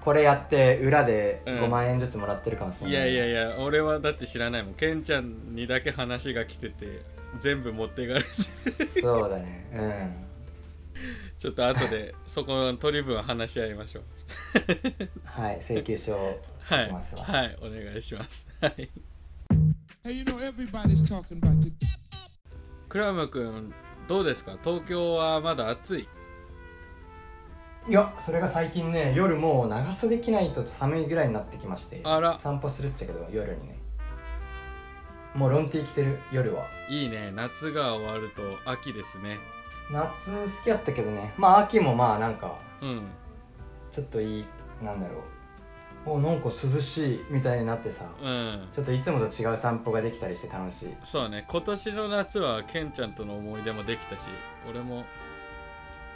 Speaker 2: これやって裏で
Speaker 1: うん
Speaker 2: 5万円ずつもらってるかもしんないい、
Speaker 1: やいやいや俺はだって知らないもんケンちゃんにだけ話が来てて全部持っていかれて
Speaker 2: そうだねうん
Speaker 1: ちょっと後で <laughs> そこの取り分話し合いましょう
Speaker 2: はい請求書を
Speaker 1: は
Speaker 2: 書
Speaker 1: い
Speaker 2: きますわ、
Speaker 1: はいお願いしますはい
Speaker 3: Hey, you know everybody's talking about the
Speaker 1: クラム君どうですか東京はまだ暑い
Speaker 2: いやそれが最近ね夜もう長袖着ないと寒いぐらいになってきまして
Speaker 1: あら
Speaker 2: 散歩するっちゃけど夜にねもうロンティー着てる夜はい
Speaker 1: いね夏が終わると秋ですね
Speaker 2: 夏好きやったけどねまあ秋もまあなんか
Speaker 1: うん
Speaker 2: ちょっといいなんだろうおなんか涼しいみたいになってさ
Speaker 1: うん
Speaker 2: ちょっといつもと違う散歩ができたりして楽しい
Speaker 1: そうね今年の夏はケンちゃんとの思い出もできたし俺も、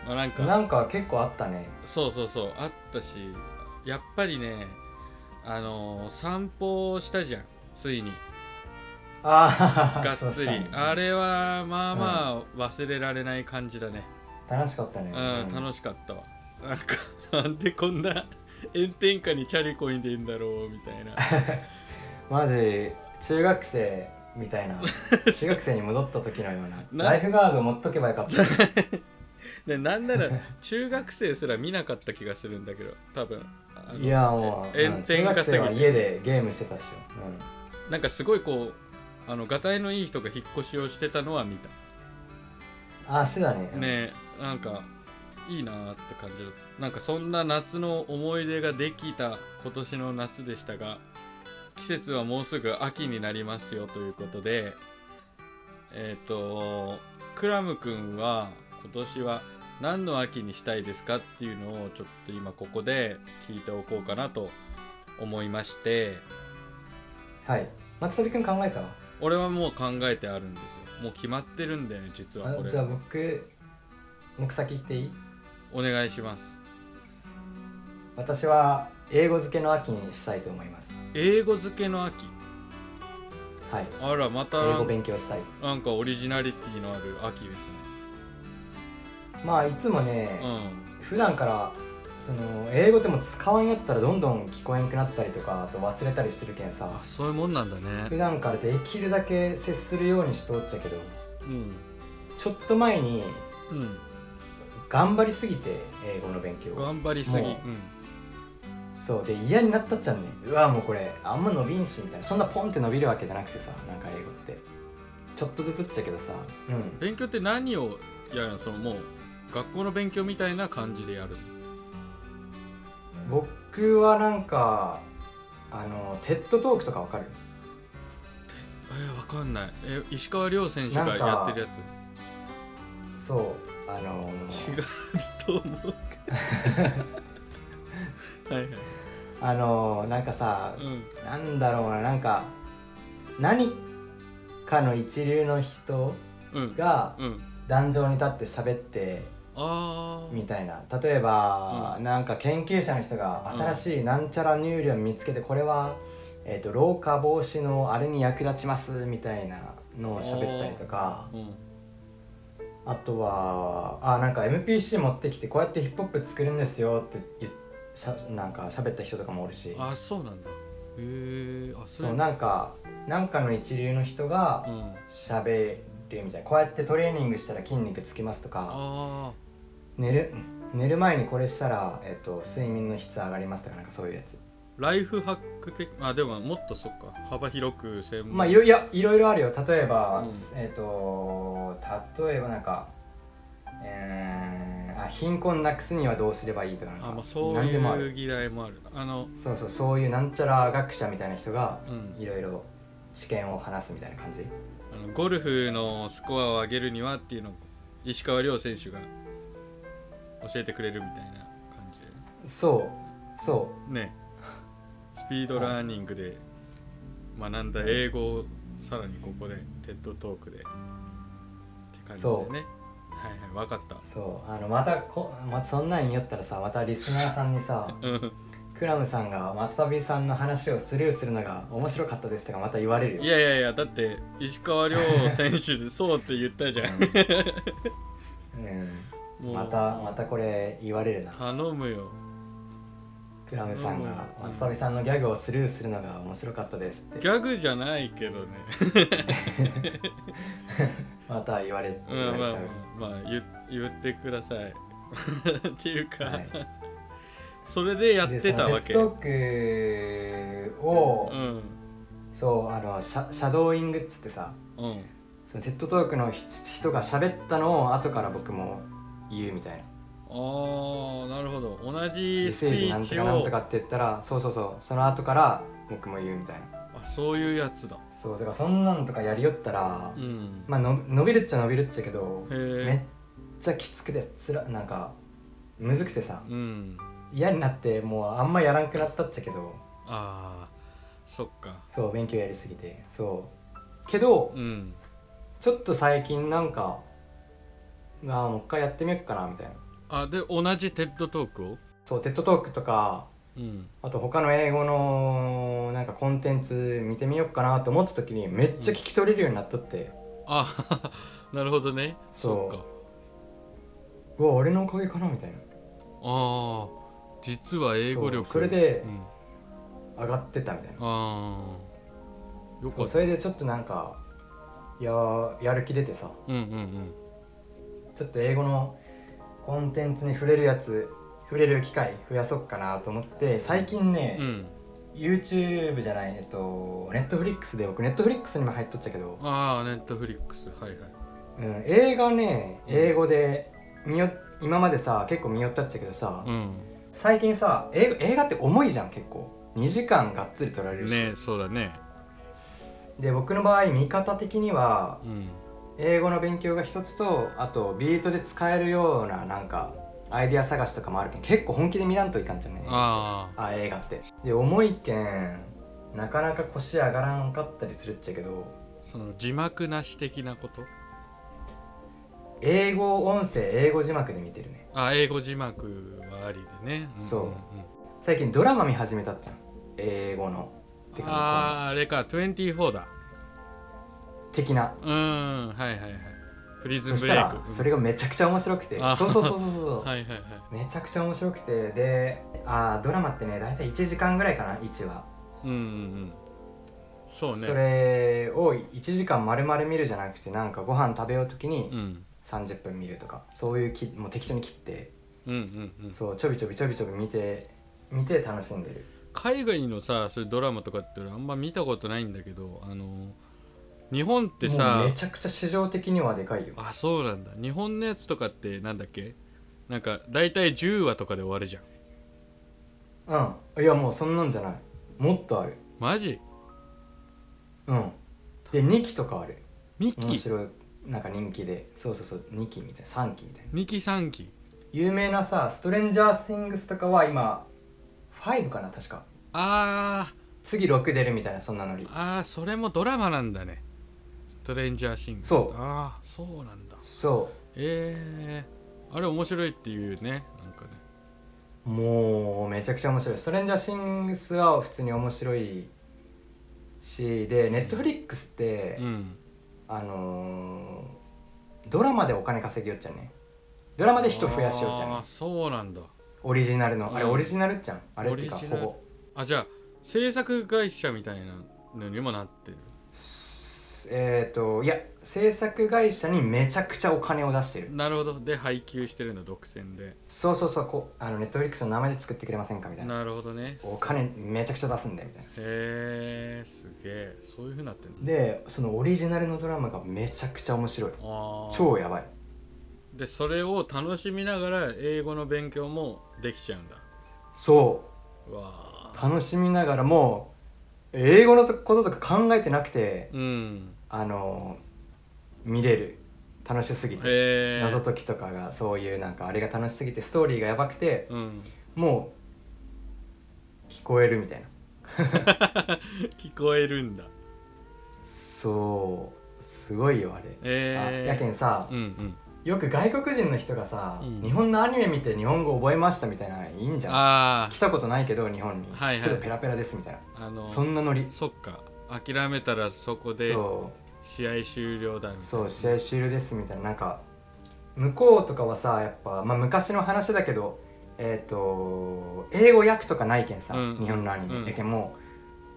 Speaker 1: まあ、なんか
Speaker 2: なんか結構あったね
Speaker 1: そうそうそうあったしやっぱりねあのー散歩をしたじゃんついに
Speaker 2: ああ
Speaker 1: がっつりあれはまあまあ忘れられない感じだね
Speaker 2: 楽しかったね
Speaker 1: うん楽しかったわなんか <laughs> なんでこんな <laughs> 炎天下にチャリこいでんだろうみたいな
Speaker 2: マジ中学生みた
Speaker 1: <laughs>
Speaker 2: いな中学生に戻った時のような
Speaker 1: な
Speaker 2: ライフガード持っとけばよかった
Speaker 1: <laughs> でなんなら中学生すら見なかった気がするんだけど多分あの
Speaker 2: いやもう
Speaker 1: え炎天
Speaker 2: うん
Speaker 1: 下
Speaker 2: 中学
Speaker 1: す
Speaker 2: 生
Speaker 1: ぎ
Speaker 2: は
Speaker 1: て
Speaker 2: 家でゲームしてたっしょ、
Speaker 1: なんかすごいこうあのがたいのいい人が引っ越しをしてたのは見た
Speaker 2: うん、ああしてたねうん
Speaker 1: ねえなんかいいなーって感じだったなんかそんな夏の思い出ができた今年の夏でしたが季節はもうすぐ秋になりますよということでえっ、とクラム君は今年は何の秋にしたいですかっていうのをちょっと今ここで聞いておこうかなと思いまして
Speaker 2: はい松飛君考えた
Speaker 1: 俺はもう考えてあるんですよもう決まってるんだよね実はこ
Speaker 2: あ
Speaker 1: れ
Speaker 2: じゃあ僕僕先言っていい
Speaker 1: お願いします
Speaker 2: 私は英語漬けの秋にしたいと思います
Speaker 1: 英語漬けの秋
Speaker 2: はい
Speaker 1: あらまた
Speaker 2: 英語勉強したい
Speaker 1: なんかオリジナリティのある秋ですね
Speaker 2: まあいつもね、
Speaker 1: うん
Speaker 2: 普段からその英語でも使わんやったらどんどん聞こえんくなったりとかあと忘れたりするけんさ
Speaker 1: あそういうもんなんだ
Speaker 2: 普
Speaker 1: ね
Speaker 2: 段からできるだけ接するようにしとっちゃけど
Speaker 1: うん
Speaker 2: ちょっと前に
Speaker 1: うん
Speaker 2: 頑張りすぎて英語の勉強を
Speaker 1: 頑張りすぎ
Speaker 2: もそうで嫌になったっちゃんねうわもうこれあんま伸びんしみたいなそんなポンって伸びるわけじゃなくてさなんか英語ってちょっとずつっちゃけどさうん
Speaker 1: 勉強って何をやるのそのもう学校の勉強みたいな感じでやる
Speaker 2: 僕はなんかあのテッドトークとかわかる
Speaker 1: えー、わかんないえ石川遼選手がやってるやつ
Speaker 2: そうあの
Speaker 1: 違うと思うけどはいはい
Speaker 2: あのなんかさ
Speaker 1: うん
Speaker 2: なんだろうななんか何かの一流の人
Speaker 1: うん
Speaker 2: が
Speaker 1: うん
Speaker 2: 壇上に立って喋って
Speaker 1: あ
Speaker 2: みたいな例えば、
Speaker 1: う
Speaker 2: なんか研究者の人が
Speaker 1: うん
Speaker 2: 新しいなんちゃら乳量見つけてこれは、えー、と老化防止のあれに役立ちますみたいなのを喋ったりとか
Speaker 1: あうん
Speaker 2: あとはあなんか MPC 持ってきてこうやってヒップホップ作るんですよって言っしゃなんか喋った人とかもおるし
Speaker 1: あそうなんだへえあそう
Speaker 2: そ
Speaker 1: な
Speaker 2: う
Speaker 1: んだ
Speaker 2: なんかなんかの一流の人が
Speaker 1: うん
Speaker 2: 喋るみたいなこうやってトレーニングしたら筋肉つきますとか
Speaker 1: あ
Speaker 2: 寝る寝る前にこれしたら、えっと睡眠の質上がりますとかなんかそういうやつ
Speaker 1: ーライフハック的あでももっとそっか幅広く専門
Speaker 2: まあいろいやいろいろあるよ例えば、
Speaker 1: うん
Speaker 2: えっ、と例えばなんかえーあ貧困なくすにはどうすればいいとかなんか
Speaker 1: あ、まあ、そう
Speaker 2: 何でもあ
Speaker 1: いう
Speaker 2: る
Speaker 1: 議題もあるあの
Speaker 2: そうそうそういうなんちゃら学者みたいな人が
Speaker 1: うん
Speaker 2: いろいろ知見を話すみたいな感じ
Speaker 1: あのゴルフのスコアを上げるにはっていうのを石川遼選手が教えてくれるみたいな感じで
Speaker 2: そうそう
Speaker 1: ねねスピードラーニングで学んだ英語をさらにここでテッドトークでって感じで
Speaker 2: そう
Speaker 1: ねはいはい分かった
Speaker 2: そうあのまたこ、ま、そんなんやったらさまたリスナーさんにさ
Speaker 1: うん
Speaker 2: クラムさんが松旅さんの話をスルーするのが面白かったですとかまた言われるよ
Speaker 1: いやいやいやだって石川遼選手でそうって言ったじゃん
Speaker 2: うんう
Speaker 1: も <laughs>
Speaker 2: ん、
Speaker 1: う
Speaker 2: またまたこれ言われるな
Speaker 1: 頼むよ
Speaker 2: クラムさんが
Speaker 1: うん
Speaker 2: 「松旅さんのギャグをスルーするのが面白かったです」って
Speaker 1: ギャグじゃないけ
Speaker 2: <laughs>
Speaker 1: どね
Speaker 2: また言われ
Speaker 1: ま
Speaker 2: 言わ
Speaker 1: あま
Speaker 2: れち
Speaker 1: あ
Speaker 2: ゃう、
Speaker 1: まあ、まあ、言言ってください <laughs> っていうか、
Speaker 2: はい
Speaker 1: それでやってたわ
Speaker 2: で
Speaker 1: け
Speaker 2: その
Speaker 1: う
Speaker 2: TikTok を、
Speaker 1: ん
Speaker 2: そうあのシャシャドーイングっつってさ
Speaker 1: うん
Speaker 2: その TikTok のひ人が喋ったのを後から僕も言うみたいな
Speaker 1: ああなるほど同じ
Speaker 2: メッ
Speaker 1: スピ
Speaker 2: セージな
Speaker 1: ー
Speaker 2: んと
Speaker 1: チ
Speaker 2: かなん
Speaker 1: を
Speaker 2: とかって言ったらそうそうそうその後から僕も言うみたいな
Speaker 1: あそういうやつだ
Speaker 2: そうだからそんなんとかやりよったら、
Speaker 1: うん、
Speaker 2: まあの伸びるっちゃ伸びるっちゃけど
Speaker 1: へ
Speaker 2: めっ
Speaker 1: え
Speaker 2: ちゃきつくてつらなんかむずくてさ
Speaker 1: うん
Speaker 2: 嫌になってもうあんまやらんくなったっちゃけど
Speaker 1: ああそっか
Speaker 2: そう勉強やりすぎてそうけど
Speaker 1: うん
Speaker 2: ちょっと最近なんかああもう一回やってみよっかなみたいな
Speaker 1: あで同じテッドトークを
Speaker 2: そうテッドトークとか
Speaker 1: うん
Speaker 2: あと他の英語のなんかコンテンツ見てみようかなと思った時にめっちゃ聞き取れるようになったって、
Speaker 1: あ <laughs> なるほどね
Speaker 2: そう
Speaker 1: そっか
Speaker 2: うわ俺のおかげかなみたい
Speaker 1: ああ実は英語力
Speaker 2: そうそれで
Speaker 1: うん、
Speaker 2: な上がってったみたいな
Speaker 1: ああよ
Speaker 2: そ
Speaker 1: か
Speaker 2: う
Speaker 1: った
Speaker 2: それでちょっとなんかいやーやる気出てさ
Speaker 1: うんうん
Speaker 2: ちょっと英語のコンテンツに触れるやつ触れる機会増やそうかなと思って最近ね、
Speaker 1: うんうん
Speaker 2: YouTube じゃないえっと Netflix で僕 Netflix にも入っとっちゃけど、
Speaker 1: ああネットフリックスはいはい
Speaker 2: うん、映画ね
Speaker 1: うん
Speaker 2: 英語で見よ今までさ結構見よったっちゃけどさ、
Speaker 1: うん
Speaker 2: 最近さ映画映画って重いじゃん結構2時間がっつり撮られるし、
Speaker 1: ねそうだね
Speaker 2: で僕の場合見方的には
Speaker 1: うん
Speaker 2: 英語の勉強が一つとあとビートで使えるようななんかアイディア探しとかもあるけん結構本気で見らんといかんじゃんね
Speaker 1: ああ
Speaker 2: あ映画ってで重いけんなかなか腰上がらんかったりするっちゃけど
Speaker 1: その字幕なし的なこと
Speaker 2: 英語音声英語字幕で見てるね
Speaker 1: あ英語字幕はありでね、ん
Speaker 2: そうん
Speaker 1: ん
Speaker 2: 最近ドラマ見始めたっちゃん英語のてか
Speaker 1: あああれか24だ
Speaker 2: 的な
Speaker 1: うんはいはいはいプリズ
Speaker 2: そ
Speaker 1: ン
Speaker 2: し
Speaker 1: ブ
Speaker 2: た
Speaker 1: レイ
Speaker 2: ら
Speaker 1: ク
Speaker 2: それがめちゃくちゃ面白くて
Speaker 1: あ
Speaker 2: そうそうそうそうそう
Speaker 1: <laughs> うんはいはいは
Speaker 2: めちゃくちゃ面白くてであードラマってね大体1時間ぐらいかな1話
Speaker 1: いうんうんうんそ
Speaker 2: そ,、
Speaker 1: うね
Speaker 2: れを1時間丸々見るじゃなくてなんかご飯食べようとき
Speaker 1: う
Speaker 2: に
Speaker 1: ん
Speaker 2: 30分見るとか、そういうきもう適当に切って
Speaker 1: うんうんうん
Speaker 2: そうちょびちょびちょびちょび見て見て楽しんでる
Speaker 1: 海外のさそういうドラマとかって俺あんま見たことないんだけどあの日本って
Speaker 2: も
Speaker 1: さ
Speaker 2: うめちゃくちゃ市場的にはでかいよ
Speaker 1: あそうなんだ日本のやつとかってなんだっけなんか大体10話とかで終わるじゃん
Speaker 2: うんいやもうそんなんじゃないもっとある
Speaker 1: マジ
Speaker 2: うんで2期とかある
Speaker 1: 2
Speaker 2: 面
Speaker 1: 期
Speaker 2: 白いなんか人気でそうそうそう2期みたいな3期みたいな
Speaker 1: 2期3期
Speaker 2: 有名なさストレンジャー・シングスとかは今5かな確か
Speaker 1: あ
Speaker 2: 次6出るみたいなそんなノリ
Speaker 1: ーあーそれもドラマなんだねストレンジャーシングス
Speaker 2: そう
Speaker 1: ああそうなんだ
Speaker 2: そ
Speaker 1: えー、あれ面白いっていうねなんかね
Speaker 2: うもうめちゃくちゃ面白いストレンジャー・シングスは普通に面白いしでネットフリックスって、
Speaker 1: うん
Speaker 2: あのードラマでお金稼ぎよっちゃうねドラマで人増やしよっちゃう
Speaker 1: あ
Speaker 2: ね
Speaker 1: ーそうなんだ
Speaker 2: オリジナルのあれ
Speaker 1: うん
Speaker 2: オリジナルっちゃんあれっていうか
Speaker 1: オリジ
Speaker 2: ほ
Speaker 1: ナル
Speaker 2: ぼ
Speaker 1: あじゃあ制作会社みたいなのにもなってる
Speaker 2: えっ、といや制作会社にめちゃくちゃお金を出してる
Speaker 1: なるほどで配給してるんだ独占で
Speaker 2: そうそうそうこうあのネットフリックスの名前で作ってくれませんかみたいな
Speaker 1: なるほどね
Speaker 2: お金めちゃくちゃ出すんだよみたいな
Speaker 1: へえすげえそういうふうになってんだ
Speaker 2: でそのオリジナルのドラマがめちゃくちゃ面白い
Speaker 1: あー
Speaker 2: 超やばい
Speaker 1: でそれを楽しみながら英語の勉強もできちゃうんだ
Speaker 2: そう
Speaker 1: わ
Speaker 2: う楽しみながらもう英語のこととか考えてなくて
Speaker 1: ーうん
Speaker 2: あの見れる楽しすぎて
Speaker 1: へえ
Speaker 2: 謎解きとかがそういうなんかあれが楽しすぎてストーリーがやばくて
Speaker 1: うん、 <laughs>
Speaker 2: もう聞こえるみたいな
Speaker 1: 聞こえるんだ
Speaker 2: そうすごいよあれ、あ
Speaker 1: ええ
Speaker 2: やけんさ、
Speaker 1: うんうん
Speaker 2: よく外国人の人がさ、
Speaker 1: うん
Speaker 2: 日本のアニメ見て日本語覚えましたみたいなのいいんじゃん
Speaker 1: あ
Speaker 2: 来たことないけど日本に、
Speaker 1: はいはい
Speaker 2: けどペラペラですみたいな
Speaker 1: ああの
Speaker 2: そんなノリ
Speaker 1: そっか諦めたらそこで
Speaker 2: そ
Speaker 1: 試合終了だみたい
Speaker 2: う
Speaker 1: な
Speaker 2: そう試合終了ですみたいななんか向こうとかはさやっぱ、まあ、昔の話だけど、えー、と英語訳とかないけんさ、
Speaker 1: うん
Speaker 2: 日本のアニメ、
Speaker 1: うん
Speaker 2: やけんも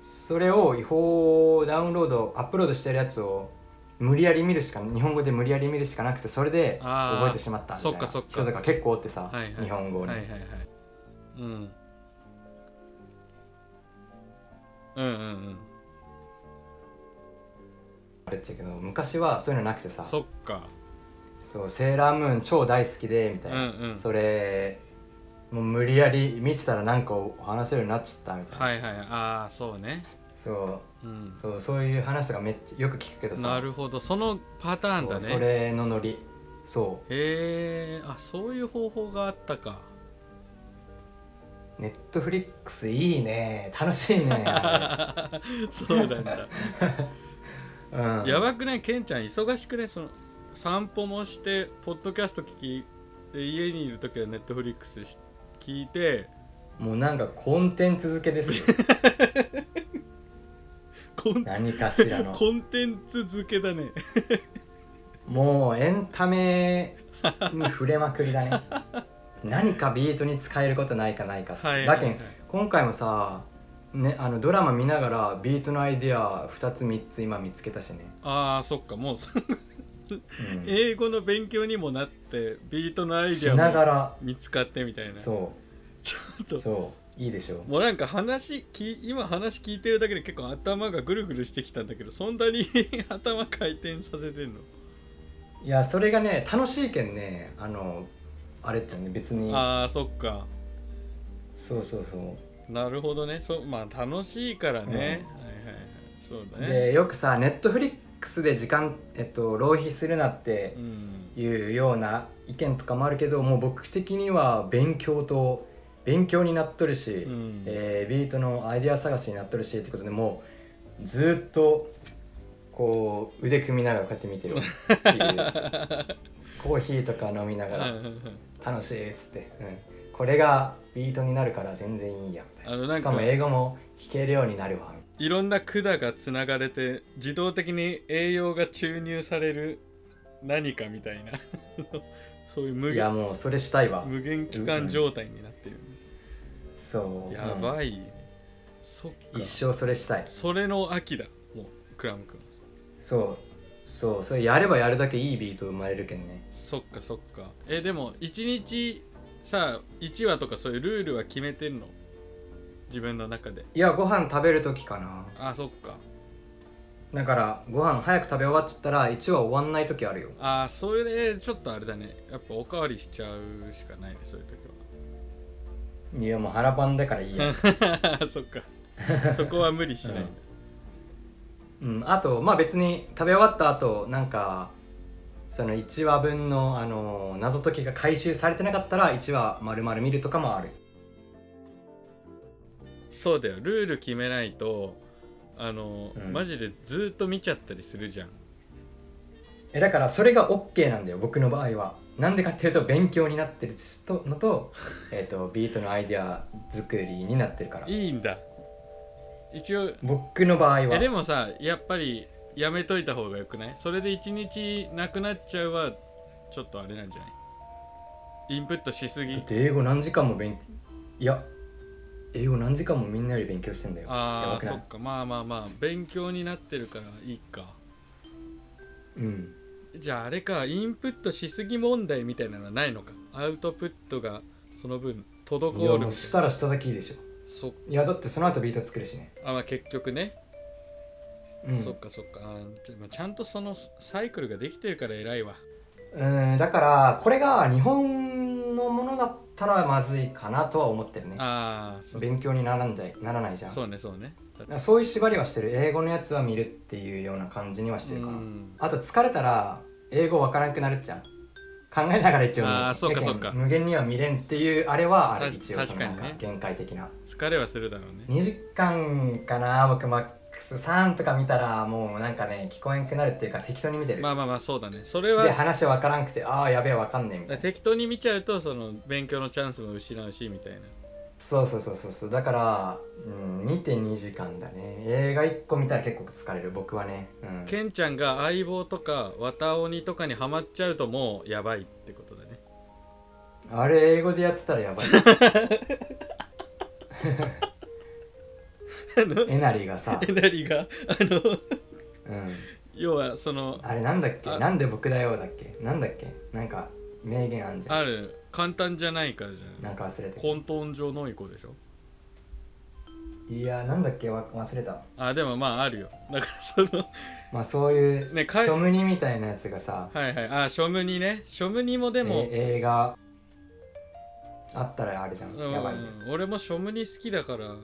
Speaker 2: うそれを違法ダウンロードアップロードしてるやつを無理やり見るしか日本語で無理やり見るしかなくてそれで
Speaker 1: あー
Speaker 2: 覚えてしまったみたいな
Speaker 1: そっかそっか
Speaker 2: 人とか結構おってさ、
Speaker 1: はいはい
Speaker 2: 日本語に、
Speaker 1: はいはいはいうんうんうんうん
Speaker 2: あれっちゃけど昔はそういうのなくてさ
Speaker 1: そっか
Speaker 2: そうセーラームーン超大好きでみた
Speaker 1: う
Speaker 2: い
Speaker 1: ん
Speaker 2: な、
Speaker 1: うん
Speaker 2: それもう無理やり見てたらなんか話せるようになっちゃったみたいな、
Speaker 1: はいはいああそうね
Speaker 2: そう
Speaker 1: うん
Speaker 2: そうそういう話とかめっちゃよく聞くけどさ
Speaker 1: なるほどそのパターンだ
Speaker 2: そうそ
Speaker 1: ね
Speaker 2: れのノリそ
Speaker 1: へえあそういう方法があったか <laughs>
Speaker 2: うネットフリックスいいね楽しい
Speaker 1: <laughs>
Speaker 2: ね
Speaker 1: そうなん
Speaker 2: <laughs>
Speaker 1: だ
Speaker 2: うん
Speaker 1: やばくねケンちゃん忙しくねその散歩もしてポッドキャスト聞きで家にいる時はネットフリックスし聞いて
Speaker 2: もうなんかコンテンツ付けです
Speaker 1: <laughs>
Speaker 2: よ
Speaker 1: コン
Speaker 2: 何かしらの
Speaker 1: コンテンツ付けだね
Speaker 2: もうエンタメに触れまくり
Speaker 1: <laughs>
Speaker 2: だね何かビートに使えることないかないかって
Speaker 1: はいはい、
Speaker 2: だけ
Speaker 1: はい
Speaker 2: ん、今回もさね、あのドラマ見ながらビートのアイディア2つ3つ今見つけたしね、
Speaker 1: ああそっかもうそ
Speaker 2: うん
Speaker 1: 英語の勉強にもなってビートのアイデ
Speaker 2: しなが
Speaker 1: アも
Speaker 2: ら
Speaker 1: 見つかってみたいな
Speaker 2: そ
Speaker 1: ちょ
Speaker 2: う
Speaker 1: っと
Speaker 2: そういいでしょ
Speaker 1: もうなんか話き今話聞いてるだけで結構頭がぐるぐるしてきたんだけどそんなに頭回転させてんの
Speaker 2: いやそれがね楽しいけんねあのあれっちゃね別に
Speaker 1: ああそっか
Speaker 2: そうそうそ
Speaker 1: なるほどねそうまあ楽しいからね、はいはいはいそう
Speaker 2: う、
Speaker 1: だね
Speaker 2: でよくさネットフリックスで時間、えっと、浪費するなって
Speaker 1: うん
Speaker 2: いうような意見とかもあるけどもう僕的には勉強と勉強になっとるし、
Speaker 1: うん
Speaker 2: えービートのアイデア探しになっとるしってことでもうずーっとこう腕組みながらこうやって
Speaker 1: <laughs>
Speaker 2: 見てよっていうコーヒーとか飲みなが
Speaker 1: はい
Speaker 2: ら
Speaker 1: はいはい
Speaker 2: 楽しいっつって、うん、これがビートになるから全然いいやみた
Speaker 1: あ
Speaker 2: い
Speaker 1: の
Speaker 2: な
Speaker 1: なんか
Speaker 2: しかも英語も弾けるようになるわ
Speaker 1: いろんな管がつながれて自動的に栄養が注入される何かみたいな <laughs> そういう無
Speaker 2: いや
Speaker 1: 限
Speaker 2: もうそれしたいわ
Speaker 1: 無限期間状態になってる、
Speaker 2: そう
Speaker 1: や
Speaker 2: うん
Speaker 1: ばい、そっか
Speaker 2: 一生それしたい
Speaker 1: それの秋だもうクラム君
Speaker 2: そうそうそれやればやるだけいいビート生まれるけんね
Speaker 1: そっかそっかえでも1日さ1話とかそういうルールは決めてんの自分の中で
Speaker 2: いやご飯食べる時かな
Speaker 1: あそっか
Speaker 2: だからご飯早く食べ終わっちゃったら1話終わんない時あるよ
Speaker 1: あそれでちょっとあれだねやっぱおかわりしちゃうしかないねそういう時はい
Speaker 2: やもう腹パンだからいいや、
Speaker 1: <laughs> そっかそこは無理しない、
Speaker 2: うん、あとまあ別に食べ終わった後なんかその1話分の、あのー謎解きが回収されてなかったら1話丸々見るとかもある
Speaker 1: そうだよルール決めないとあの、
Speaker 2: うん
Speaker 1: マジでずっと見ちゃったりするじゃん
Speaker 2: えだからそれが OK なんだよ僕の場合はなんでかっていうと勉強になってるとのと, 、えー、とビートのアイデア作りになってるから
Speaker 1: いいんだ一応
Speaker 2: 僕の場合
Speaker 1: えで
Speaker 2: は
Speaker 1: もさやっぱりやめといた方がよくないそれで1日なくなっちゃうはちょっとあれなんじゃないインプットしす
Speaker 2: だ
Speaker 1: ぎ
Speaker 2: って英語何時間も勉いや英語何時間もみんなより勉強してんだよや
Speaker 1: あ
Speaker 2: ば
Speaker 1: ー
Speaker 2: くな
Speaker 1: そ
Speaker 2: い
Speaker 1: っかまあまあまあ勉強になってるからいいか
Speaker 2: うん
Speaker 1: じゃああれかインプットしすぎ問題みたいなのはないのかアウトプットがその分滞
Speaker 2: いや
Speaker 1: る
Speaker 2: もうしたらしただけいいでしょ
Speaker 1: そっ
Speaker 2: いやだってその後ビート作るしね
Speaker 1: あまあ結局ね、
Speaker 2: うん
Speaker 1: そっかそっかあーちゃまあちゃんとそのサイクルができてるから偉いわ
Speaker 2: うんだからこれが日本のものだったらまずいかなとは思ってるね
Speaker 1: ああそ
Speaker 2: 勉強にならんじゃいならないじゃん
Speaker 1: そうねそうね
Speaker 2: だからそういう縛りはしてる英語のやつは見るっていうような感じにはしてるかな、
Speaker 1: うん
Speaker 2: あと疲れたら英語わからなくなるじゃん考えながら一応見る
Speaker 1: あーそうか
Speaker 2: だけど
Speaker 1: そうか
Speaker 2: 無限には見れんっていうあれはあれ
Speaker 1: た
Speaker 2: 一応そのなん
Speaker 1: 確かに
Speaker 2: か
Speaker 1: ね
Speaker 2: 限界的な、
Speaker 1: 疲れはするだろうね
Speaker 2: 2時間かな僕マックス3とか見たらもうなんかね聞こえんくなるっていうか適当に見てる、
Speaker 1: まあまあまあそうだねそれは
Speaker 2: で話わからんくてああやべえわかんねえみ
Speaker 1: だか
Speaker 2: た
Speaker 1: ら
Speaker 2: いな
Speaker 1: 適当に見ちゃうとその勉強のチャンスも失うしみたいな
Speaker 2: そうそうそうそうそうだから、うん、2.2時間だね映画1個見たら結構疲れる僕はね、うん、
Speaker 1: ケンちゃんが相棒とか綿鬼とかにハマっちゃうともうやばいってこと <laughs> だね
Speaker 2: あれ英語でやってたら
Speaker 1: <laughs>
Speaker 2: やばいえなりがさ、
Speaker 1: えなりがあの
Speaker 2: うん、
Speaker 1: 要はその
Speaker 2: あれなんだっけ
Speaker 1: あ
Speaker 2: なんで僕だよだっけなんだっけなんか名言あんじゃん
Speaker 1: ある簡単じゃないからじゃな
Speaker 2: なん
Speaker 1: い
Speaker 2: か忘れて
Speaker 1: 混沌上のい子でしょ
Speaker 2: いやーなんだっけわ忘れた
Speaker 1: あでもまああるよだからその
Speaker 2: まあそういう、
Speaker 1: ねかい
Speaker 2: ショムニみたいなやつがさ
Speaker 1: はいはいあショムニねショムニもでも、
Speaker 2: え映画あったらあれじゃん、
Speaker 1: うん
Speaker 2: やばいよ
Speaker 1: 俺もショムニ好きだからあの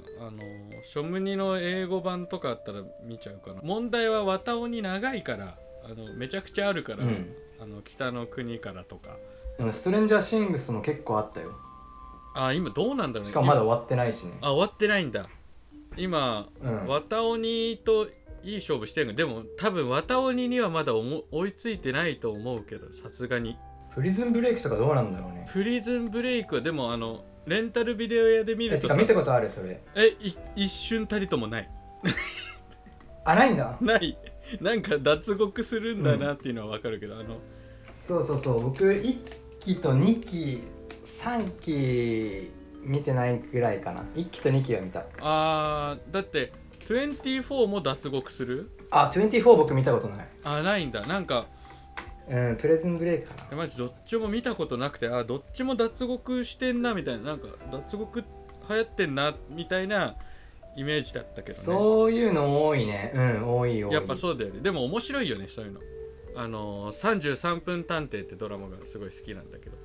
Speaker 1: ショムニの英語版とかあったら見ちゃうかな問題は綿鬼長いからあのめちゃくちゃあるから、
Speaker 2: うん
Speaker 1: あの北の国からとか
Speaker 2: でもストレンジャーシングスも結構あったよ
Speaker 1: あ今どうなんだろうね
Speaker 2: しかもまだ終わってないしね
Speaker 1: あ終わってないんだ今、
Speaker 2: うん
Speaker 1: 綿鬼といい勝負してるのでも多分綿鬼にはまだおも追いついてないと思うけどさすがに
Speaker 2: プリズンブレイクとかどうなんだろうね
Speaker 1: プリズンブレイクはでもあのレンタルビデオ屋で見
Speaker 2: え
Speaker 1: る
Speaker 2: て
Speaker 1: と
Speaker 2: か
Speaker 1: さ
Speaker 2: 見たことあるそれ
Speaker 1: えい一瞬たりともない
Speaker 2: あないんだ
Speaker 1: ないなんか脱獄するんだなっていうのはわかるけど、あの
Speaker 2: そうそうそう僕1期と2期3期見てないぐらいかな1期と2期は見た
Speaker 1: あーだって24も脱獄する
Speaker 2: あ24僕見たことない
Speaker 1: あないんだなんか
Speaker 2: うんプレズンブレイクかな
Speaker 1: マジどっちも見たことなくてあどっちも脱獄してんなみたいななんか脱獄流行ってんなみたいなイメージだったけどね
Speaker 2: そういうの多いねうん多い多い
Speaker 1: やっぱそうだよねでも面白いよねそういうのあのー「33分探偵」ってドラマがすごい好きなんだけど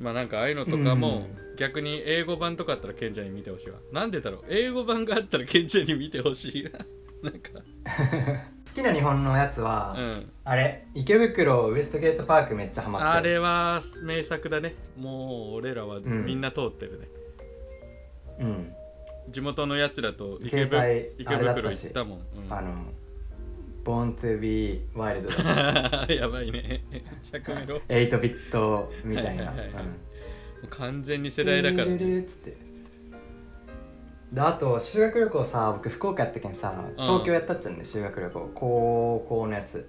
Speaker 1: まあなんかああいうのとかも逆に英語版とかあったらケンちゃんに見てほしいわなんでだろう英語版があったらケンちゃんに見てほしいな <laughs> なんか
Speaker 2: 好きな日本のやつは、
Speaker 1: うん
Speaker 2: あれ池袋ウエストゲートパークめっちゃハマってる
Speaker 1: あれは名作だねもう俺らはみんな通ってるね、
Speaker 2: うん
Speaker 1: 地元のやつらと池ぶ
Speaker 2: 携帯
Speaker 1: 池
Speaker 2: あれだっ
Speaker 1: 袋
Speaker 2: た
Speaker 1: 行
Speaker 2: し
Speaker 1: ったもん、うん
Speaker 2: あの「Born to be Wild」
Speaker 1: <laughs> やばいね100メロも
Speaker 2: 8ビットみたいな
Speaker 1: はいはいはい
Speaker 2: う
Speaker 1: う
Speaker 2: ん
Speaker 1: 完全に世代だから
Speaker 2: ルル <laughs> ルルっつってであと修学旅行さ僕福岡やったけんさ東京やったっちゃうんで、修学旅行高校のやつ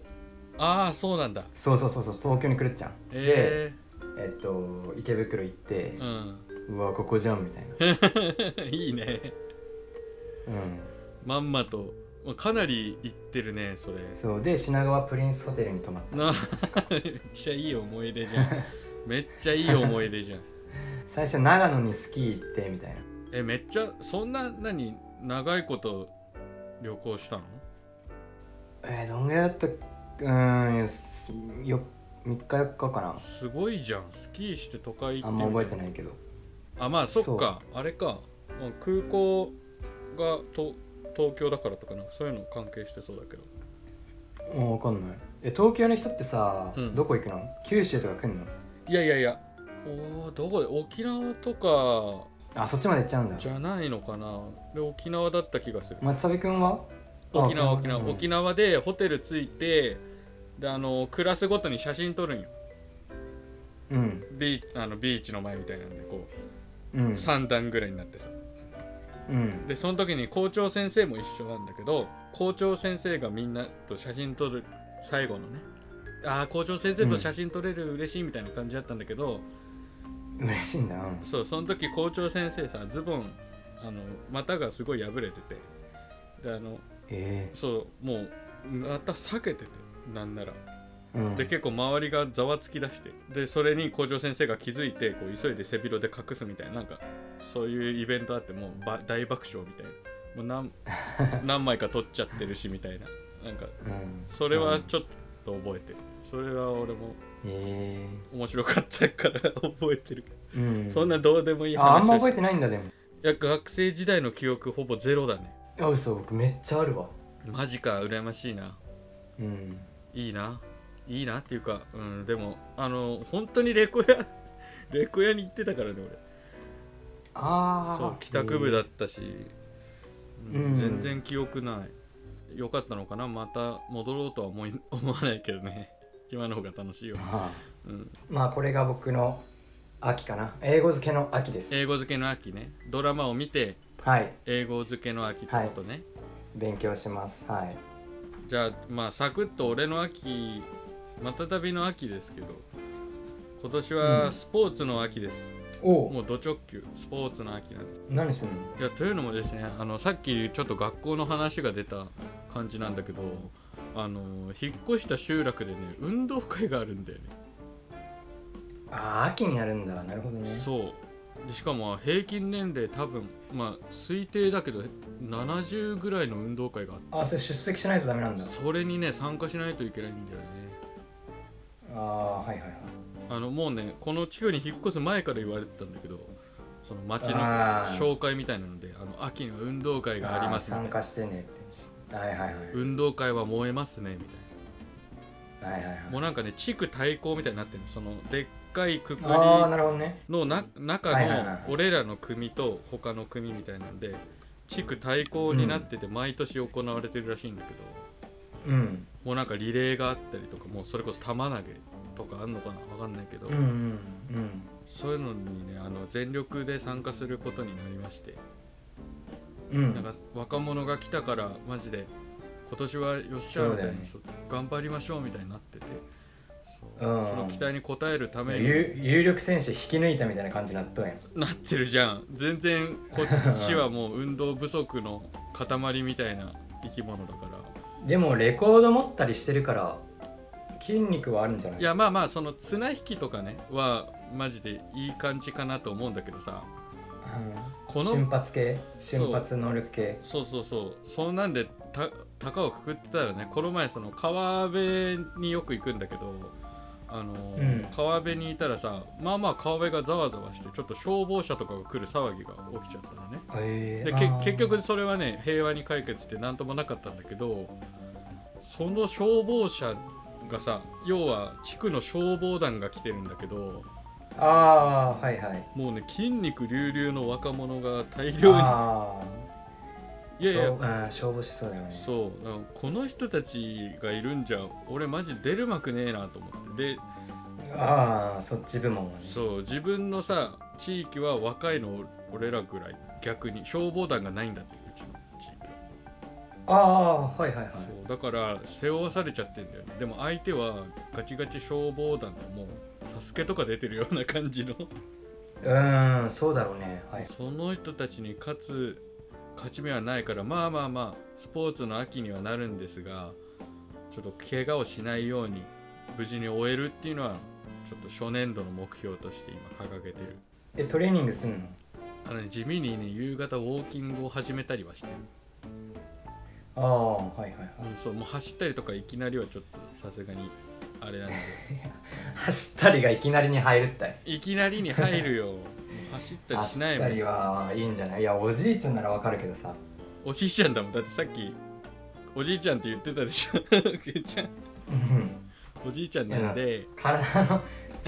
Speaker 1: ああそうなんだ
Speaker 2: そうそうそうそう東京に来るっちゃん、で
Speaker 1: え
Speaker 2: えっと池袋行って
Speaker 1: え、ー、
Speaker 2: うわここじゃんみたいな
Speaker 1: うん <laughs> いいね
Speaker 2: うん
Speaker 1: まんまとまあかなり行ってるねそれ
Speaker 2: そうで品川プリンスホテルに泊まった
Speaker 1: なめっちゃいい思い出じゃんめっちゃいい思い出じゃん
Speaker 2: 最初長野にスキー行ってみたいな
Speaker 1: えめっちゃそんな何長いこと旅行したの
Speaker 2: えー、どんぐらいだったうーんよ3日4日かな
Speaker 1: すごいじゃんスキーして都会行って
Speaker 2: あんま覚えて
Speaker 1: い
Speaker 2: ないけど
Speaker 1: あまあそっかあれかまあ空港がと東京だからとかなんかそういうの関係してそうだけど
Speaker 2: もう分かんないえ東京の人ってさ、
Speaker 1: うん
Speaker 2: どこ行くの九州とか来んの
Speaker 1: いやいやいやおーどこで沖縄とか
Speaker 2: あそっちまで行っちゃうんだ
Speaker 1: じゃないのかなで沖縄だった気がする
Speaker 2: 松旅くんは
Speaker 1: 沖縄
Speaker 2: あ
Speaker 1: 沖縄
Speaker 2: うん
Speaker 1: 沖縄でホテル着いてであのクラスごとに写真撮るんよ
Speaker 2: うん
Speaker 1: ビーあのビーチの前みたいなんでこ
Speaker 2: うん
Speaker 1: う3段ぐらいになってさ
Speaker 2: うん
Speaker 1: でその時に校長先生も一緒なんだけど校長先生がみんなと写真撮る最後のねああ校長先生と写真撮れる嬉しいみたいな感じだったんだけど、
Speaker 2: 嬉しいんだうん
Speaker 1: そうその時校長先生さズボンあの股がすごい破れててであの
Speaker 2: え
Speaker 1: そうもうまた避けててなんなら
Speaker 2: えうん
Speaker 1: で結構周りがざわつきだしてでそれに校長先生が気づいてこう急いで背広で隠すみたいななんかそういうイベントあってもうば大爆笑みたいなもう
Speaker 2: <laughs>
Speaker 1: 何何枚か撮っちゃってるしみたいななんか
Speaker 2: うん
Speaker 1: それは
Speaker 2: うん
Speaker 1: ちょっと覚えてるそれは俺も
Speaker 2: え
Speaker 1: 面白かったから覚えてる
Speaker 2: えうん
Speaker 1: そんなどうでもいい話
Speaker 2: ああんま
Speaker 1: をし
Speaker 2: 覚えてないんだでも
Speaker 1: いや学生時代の記憶ほぼゼロだね
Speaker 2: あ嘘僕めっちゃあるわ
Speaker 1: マジか羨ましいな
Speaker 2: うん
Speaker 1: いいないいなっていうか、うん、でもあの本当にレコヤ <laughs> レコヤに行ってたからね
Speaker 2: ああ
Speaker 1: 俺そう帰宅部だったし、うん
Speaker 2: うん
Speaker 1: 全然記憶ないよかったのかなまた戻ろうとは思い <laughs> 思わないけどね今の方が楽しいよ、
Speaker 2: まあ
Speaker 1: うん、
Speaker 2: まあこれが僕の秋かな英語付けの秋です
Speaker 1: 英語付けの秋ねドラマを見て
Speaker 2: はい
Speaker 1: 英語付けの秋ってことね、
Speaker 2: 勉強しますはい
Speaker 1: じゃあまあサクッと俺の秋またたびの秋ですけど今年
Speaker 2: う
Speaker 1: は
Speaker 2: ん
Speaker 1: スポーツの秋です、
Speaker 2: おお
Speaker 1: もうド直球スポーツの秋なんです
Speaker 2: 何すんの
Speaker 1: いやというのもですねあのさっきちょっと学校の話が出た感じなんだけどあの引っ越した集落でね運動会があるんだよね
Speaker 2: あー秋にやるんだなるほどね
Speaker 1: そうでしかも平均年齢多分まあ推定だけど70ぐらいの運動会があって
Speaker 2: あそれ出席しないとダメなんだ
Speaker 1: それにね参加しないといけないんだよね
Speaker 2: ああはいはいはい
Speaker 1: あのもうねこの地区に引っ越す前から言われてたんだけどその町の
Speaker 2: あー
Speaker 1: 紹介みたいなのであの秋には運動会がありますみ
Speaker 2: ー
Speaker 1: たいな
Speaker 2: 参加してねってはいはいはい
Speaker 1: 運動会は燃えますねみたい
Speaker 2: はいはいはい
Speaker 1: なもうなんかね地区対抗みたいになってるのそのでっかいくくり
Speaker 2: ああなるほどね
Speaker 1: のな中
Speaker 2: はいはいはいは
Speaker 1: の
Speaker 2: い
Speaker 1: 俺らの組と他の組みたいなんで地区対抗になってて毎年行われてるらしいんだけど、
Speaker 2: うん
Speaker 1: もうなんかリレーがあったりとかもうそれこそ玉投げとかあんのかなわかんないけど、
Speaker 2: うんうんうん
Speaker 1: そういうのにねあの全力で参加することになりまして、
Speaker 2: うん
Speaker 1: なんか若者が来たからマジで今年はよっしゃみたいな、
Speaker 2: そうだよね
Speaker 1: そう頑張りましょうみたいになっててそう
Speaker 2: うん
Speaker 1: その期待に応えるために
Speaker 2: 有有力選手引き抜いたみたいな感じになっとんやん
Speaker 1: なってるじゃん全然こっちはもう運動不足の塊みたいな生き物だから
Speaker 2: でもレコード持ったりしてるから筋肉はあるんじゃない
Speaker 1: いやまあまあその綱引きとかねはマジでいい感じかなと思うんだけどさ
Speaker 2: う
Speaker 1: こ
Speaker 2: ん、
Speaker 1: の
Speaker 2: 瞬発系
Speaker 1: そう
Speaker 2: 瞬発能力系
Speaker 1: そうそうそうそんなんでた高をくくってたらねこの前その川辺によく行くんだけどあの、
Speaker 2: うん
Speaker 1: 川辺にいたらさまあまあ川辺がざわざわしてちょっと消防車とかが来る騒ぎが起きちゃったのね
Speaker 2: え
Speaker 1: でけ結局それはね平和に解決して何ともなかったんだけどその消防車がさ要は地区の消防団が来てるんだけど
Speaker 2: あーあーはいはい
Speaker 1: もうね筋肉隆々の若者が大量に
Speaker 2: あー
Speaker 1: いやいや
Speaker 2: 勝あー勝負しそうだよね
Speaker 1: そうだからこの人たちがいるんじゃ俺マジ出る幕ねえなと思ってで
Speaker 2: ああそっち部門はね
Speaker 1: そう自分のさ地域は若いの俺らぐらい逆に消防団がないんだってうちの地域は
Speaker 2: ああはいはいはい
Speaker 1: そうだから背負わされちゃってんだよねでも相手はガチガチ消防団のもう「サスケとか出てるような感じの、
Speaker 2: うーんそうだろうねはい
Speaker 1: その人たちに勝つ勝ち目はないからまあまあまあスポーツの秋にはなるんですがちょっと怪我をしないように無事に終えるっていうのはちょっと初年度の目標として今掲げてる
Speaker 2: えトレーニングすんの
Speaker 1: あの、ね、地味にね夕方ウォーキングを始めたりはしてる、
Speaker 2: ああはいはいはい
Speaker 1: うん、そうもう走ったりとかいきなりはちょっとさすがにあれなんで
Speaker 2: 走ったりがいきなりに入るったい
Speaker 1: いきなりに入るよ
Speaker 2: <laughs>
Speaker 1: もう走ったりしないも
Speaker 2: 走ったり
Speaker 1: ん
Speaker 2: はいいんじゃないいやおじいちゃんならわかるけどさ
Speaker 1: おじいちゃんだもんだってさっきおじいちゃんって言ってたでしょ
Speaker 2: <laughs>
Speaker 1: けいちゃん
Speaker 2: うん
Speaker 1: おじいちゃんなんで
Speaker 2: 体の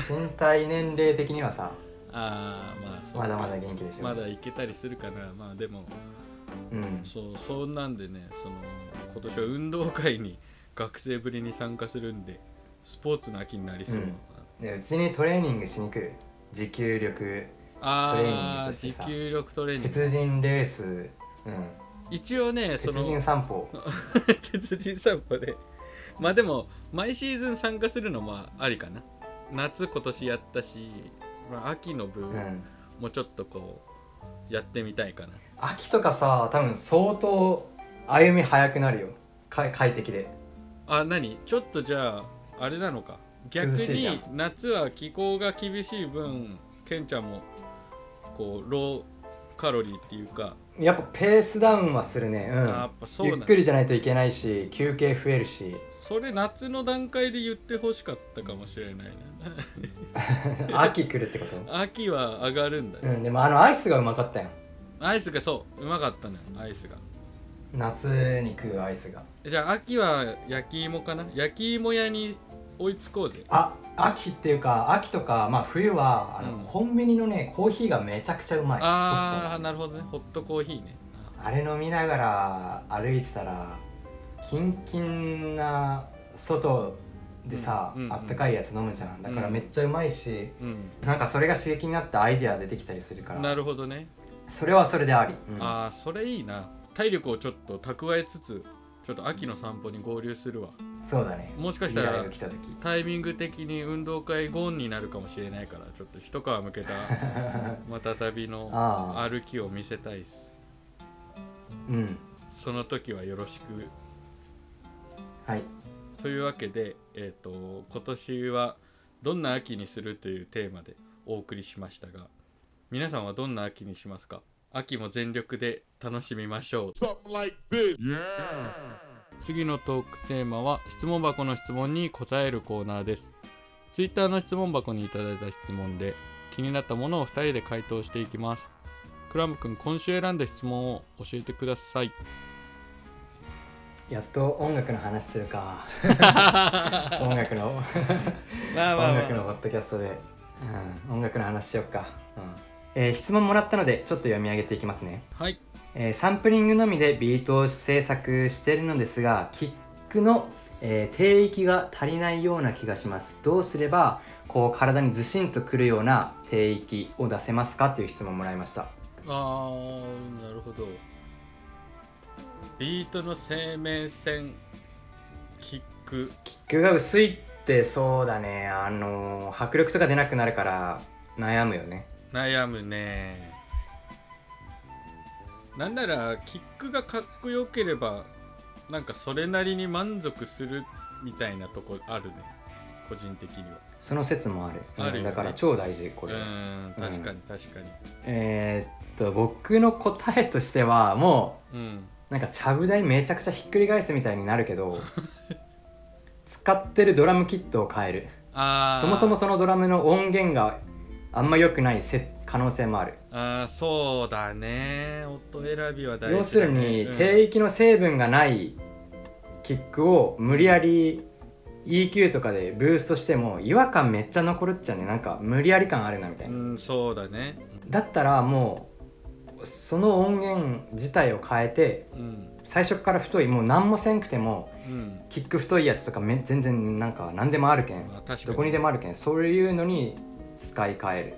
Speaker 2: 身体年齢的にはさ
Speaker 1: ああまあそう
Speaker 2: ま
Speaker 1: か
Speaker 2: だまだ元気でしょ
Speaker 1: まだいけたりするかなまあでも
Speaker 2: うん
Speaker 1: そうそんなんでねその今年は運動会に学生ぶりに参加するんでスポーツの秋になりそう、
Speaker 2: うんでうちにトレーニングしに来る持久力
Speaker 1: ああ
Speaker 2: トレーニン
Speaker 1: 持
Speaker 2: グとしてさ
Speaker 1: 久力トレーニ
Speaker 2: <laughs>
Speaker 1: ング
Speaker 2: 鉄人レース、うん、
Speaker 1: 一応ねそ
Speaker 2: 鉄
Speaker 1: の
Speaker 2: 人散歩
Speaker 1: <laughs> 鉄人散歩でまあでも毎シーズン参加するのもありかな夏今年やったし、まあ、秋の
Speaker 2: う
Speaker 1: 分、
Speaker 2: ん
Speaker 1: もうちょっとこうやってみたいかな
Speaker 2: 秋とかさ多分相当歩み速くなるよか快適で
Speaker 1: あ何ちょっとじゃああれなのか逆
Speaker 2: 涼しいじゃ
Speaker 1: に
Speaker 2: ん
Speaker 1: 夏は気候が厳しい分ケンちゃんもこうローカロリーっていうか、
Speaker 2: やっぱペースダウンはするねう
Speaker 1: あ
Speaker 2: ん
Speaker 1: やっぱそう
Speaker 2: ゆ
Speaker 1: な
Speaker 2: っ
Speaker 1: んだ
Speaker 2: くりじゃないといけないし休憩増えるし <laughs>
Speaker 1: それ夏の段階で言ってほしかったかもしれない
Speaker 2: 秋来るってこと
Speaker 1: な <laughs> 秋は上がるんだ
Speaker 2: う
Speaker 1: ね、
Speaker 2: んでもあのアイスがうまかったよ
Speaker 1: アイスがそううまかったのよアイスが
Speaker 2: 夏に食うアイスが
Speaker 1: じゃあ秋は焼き芋かな焼き芋屋に追いつこうぜ
Speaker 2: あ秋っていうか秋とか、まあ、冬はあの、
Speaker 1: うん
Speaker 2: コンビニのねコーヒーがめちゃくちゃうまい
Speaker 1: ああなるほどねホットコーヒーね
Speaker 2: あれ飲みながら歩いてたらキンキンな外でさ、
Speaker 1: うんうんうん
Speaker 2: あったかいやつ飲むじゃんだからめっちゃうまいし、
Speaker 1: うん
Speaker 2: なんかそれが刺激になってアイデア出てきたりするから
Speaker 1: なるほどね、
Speaker 2: それはそれであり、うん
Speaker 1: ああそれいいな体力をちょっと蓄えつつちょっと秋の散歩に合流するわ
Speaker 2: そうだね
Speaker 1: もしかした
Speaker 2: 未
Speaker 1: ら
Speaker 2: 来が来た時
Speaker 1: タイミング的に運動会ゴンになるかもしれないからちょっと一皮む
Speaker 2: <laughs>
Speaker 1: けたまた旅の
Speaker 2: ああ
Speaker 1: 歩きを見せたいっす
Speaker 2: うん
Speaker 1: その時はよろしく
Speaker 2: はい
Speaker 1: というわけで、えー、と今年はどんな秋にするというテーマでお送りしましたが皆さんはどんな秋にしますか秋も全力で楽しみましょう
Speaker 3: Something like this.
Speaker 1: 次のトークテーマは質問箱の質問に答えるコーナーです Twitter の質問箱にいただいた質問で気になったものを2人で回答していきますクラム君今週選んだ質問を教えてください
Speaker 2: やっと音楽の話す
Speaker 1: <laughs>
Speaker 2: るか音楽の
Speaker 1: まあ
Speaker 2: 音楽のポッドキャストで、うん、音楽の話しよっか、うんえー質問もらったのでちょっと読み上げていきますね、
Speaker 1: はい
Speaker 2: えーサンプリングのみでビートを制作しているのですがキックの、えー定域が足りないような気がしますどうすればこう体にずしんとくるような定域を出せますかという質問もらいました
Speaker 1: あーなるほどビートの生命線キック
Speaker 2: キックが薄いってそうだねあのー迫力とか出なくなるから悩むよね
Speaker 1: 悩むねなんならキックがかっこよければなんかそれなりに満足するみたいなとこあるね個人的には
Speaker 2: その説もある
Speaker 1: あるよね
Speaker 2: うんだから超大事こ
Speaker 1: う
Speaker 2: れ、
Speaker 1: ーん確かに確かに
Speaker 2: えーっと僕の答えとしてはも
Speaker 1: うん
Speaker 2: うなんかちゃぶ台めちゃくちゃひっくり返すみたいになる
Speaker 1: <laughs>
Speaker 2: けど使ってるドラムキットを変える
Speaker 1: ああ
Speaker 2: そもそもそのドラムの音源があんま良くないせ可能性もある
Speaker 1: あーそうだね音選びは大事だ、ね、
Speaker 2: 要するに
Speaker 1: うん
Speaker 2: 低域の成分がないキックを無理やり EQ とかでブーストしても違和感めっちゃ残るっちゃねなんか無理やり感あるなみたいな
Speaker 1: うんそうだね
Speaker 2: だったらもうその音源自体を変えて
Speaker 1: うん
Speaker 2: 最初から太いもう何もせんくても
Speaker 1: うん
Speaker 2: キック太いやつとかめ全然なんか何でもあるけん
Speaker 1: まあ確かに
Speaker 2: どこにでもあるけんそういうのに使い替える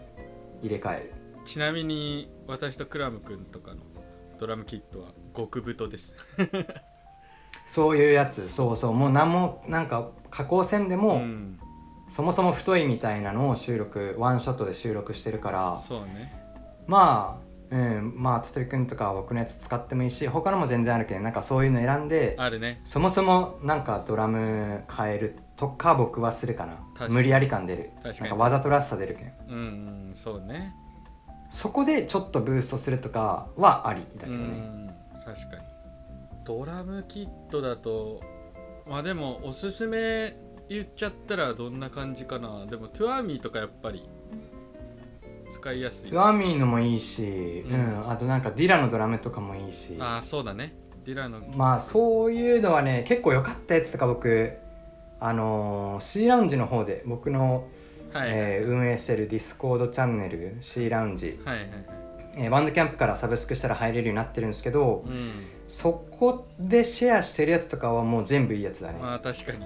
Speaker 2: 入れ替える
Speaker 1: ちなみに私とクラム君とかのドラムキットは極太です
Speaker 2: そういうやつそうそうもう何もなんか加工せんでも、
Speaker 1: うん
Speaker 2: そもそも太いみたいなのを収録ワンショットで収録してるから
Speaker 1: そうね
Speaker 2: まあうんまあたとりくんとかは僕のやつ使ってもいいし他のも全然あるけんなんかそういうの選んで
Speaker 1: あるね
Speaker 2: そもそもなんかドラム変えるとか僕はするかな
Speaker 1: 確かに
Speaker 2: 無理やり感出る
Speaker 1: 確かに
Speaker 2: なんかわざとらしさ出るけん
Speaker 1: うん、うん、そうね
Speaker 2: そこでちょっとブーストするとかはありだけ
Speaker 1: う
Speaker 2: どね
Speaker 1: ん確かにドラムキットだとまあでもおすすめ言っちゃったらどんな感じかなでもトゥアーミーとかやっぱり使いやすい
Speaker 2: ツアーミーのもいいし、
Speaker 1: う
Speaker 2: うんんあとなんかディラのドラムとかもいいし
Speaker 1: ああそうだねディラの
Speaker 2: まあそういうのはね結構良かったやつとか僕あのー、C ラウンジの方で僕の、
Speaker 1: はい、
Speaker 2: えー運営してるディスコードチャンネル C ラウンジ、
Speaker 1: はいはいはい
Speaker 2: えーバンドキャンプからサブスクしたら入れるようになってるんですけど、
Speaker 1: うん
Speaker 2: そこでシェアしてるやつとかはもう全部いいやつだね、
Speaker 1: まあ確かに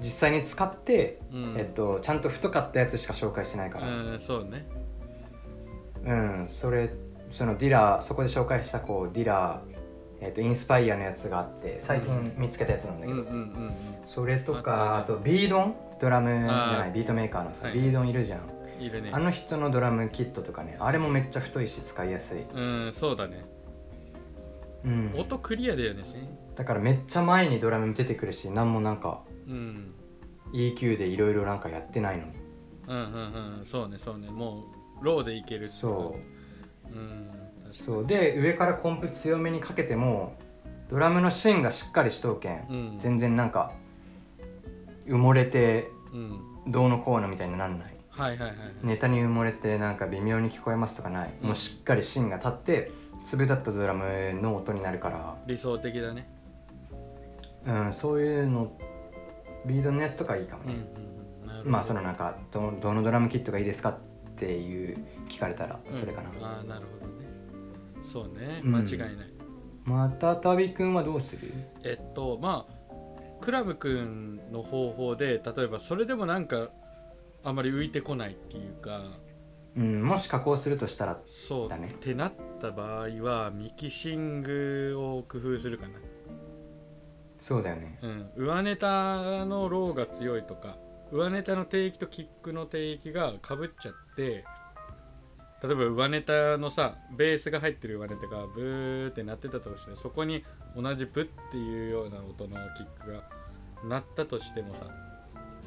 Speaker 2: 実際に使って、
Speaker 1: うん、
Speaker 2: えっと、ちゃんと太かったやつしか紹介してないから
Speaker 1: うんそうね
Speaker 2: うん、それそのディラーそこで紹介したこうディラー、えっと、インスパイアのやつがあって最近見つけたやつなんだ
Speaker 1: う
Speaker 2: け
Speaker 1: ん
Speaker 2: ど、
Speaker 1: うんうんうん
Speaker 2: それとか
Speaker 1: あ
Speaker 2: あ
Speaker 1: ったね
Speaker 2: とビードンドラムじゃな
Speaker 1: あー
Speaker 2: いビートメーカーのさ、
Speaker 1: はい
Speaker 2: ビードンいるじゃん
Speaker 1: いるね
Speaker 2: あの人のドラムキットとかねあれもめっちゃ太いし使いやすい、
Speaker 1: うんそうだね
Speaker 2: うん、
Speaker 1: 音クリアだよねし
Speaker 2: だからめっちゃ前にドラム出てくるし何もなんか
Speaker 1: うん、
Speaker 2: EQ でいろいろなんかやってないのに
Speaker 1: うんうんうんそうねそうねもうローでいけるってこ
Speaker 2: そう
Speaker 1: とうん確か
Speaker 2: そうで上からコンプ強めにかけてもドラムの芯がしっかりしとうけん、
Speaker 1: にうん
Speaker 2: 全然なんか埋もれて
Speaker 1: うん
Speaker 2: どうのこうのみたいになんない
Speaker 1: はいはいはいはい、
Speaker 2: ネタに埋もれてなんか微妙に聞こえますとかない、
Speaker 1: うん
Speaker 2: もうしっかり芯が立って粒だったドラムの音になるか
Speaker 1: 理想的だね
Speaker 2: ら、うん、そういうのビードのやつとかいいかも
Speaker 1: うん
Speaker 2: ね、
Speaker 1: うんうんなるほど
Speaker 2: まあそのなんかどどのドラムキットがいいですかっていう聞かれたらそれかな、
Speaker 1: うんああなるほどねそうね
Speaker 2: うん
Speaker 1: 間違いない、
Speaker 2: また旅くんはどうする
Speaker 1: えっとまあクラブくんの方法で例えばそれでもなんかあまり浮いてこないっていうか
Speaker 2: うん、もし加工するとしたら
Speaker 1: そう
Speaker 2: だね
Speaker 1: ってなった場合はミキシングを工夫するかな、
Speaker 2: そうだよね
Speaker 1: うん、上ネタのローが強いとか上ネタの定域とキックの定域がかぶっちゃって例えば上ネタのさベースが入ってる上ネタがブーってなってたとしてそこに同じブっていうような音のキックが鳴ったとしてもさ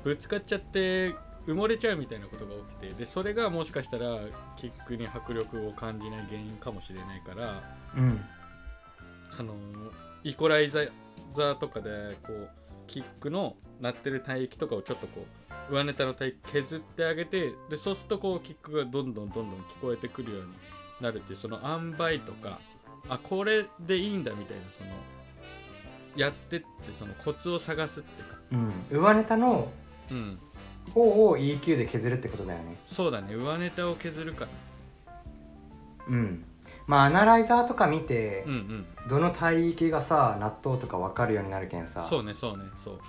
Speaker 1: ぶつかっちゃって埋もれちゃうみたいなことが起きてでそれがもしかしたらキックに迫力を感じない原因かもしれないから
Speaker 2: うん
Speaker 1: あのイコライザーとかでこうキックの鳴ってる帯域とかをちょっとこう上ネタの帯域削ってあげてでそうするとこうキックがどんどんどんどん聞こえてくるようになるっていうその塩梅とかあこれでいいんだみたいなそのやってってそのコツを探すっていうか、
Speaker 2: うん上ネタの
Speaker 1: うん、
Speaker 2: 方を EQ で削るってことだよね
Speaker 1: そうだね上ネタを削るかな
Speaker 2: うんまあアナライザーとか見て、
Speaker 1: うんうん
Speaker 2: どの帯域がさ納豆とか分かるようになるけんさ
Speaker 1: そうねそうねそう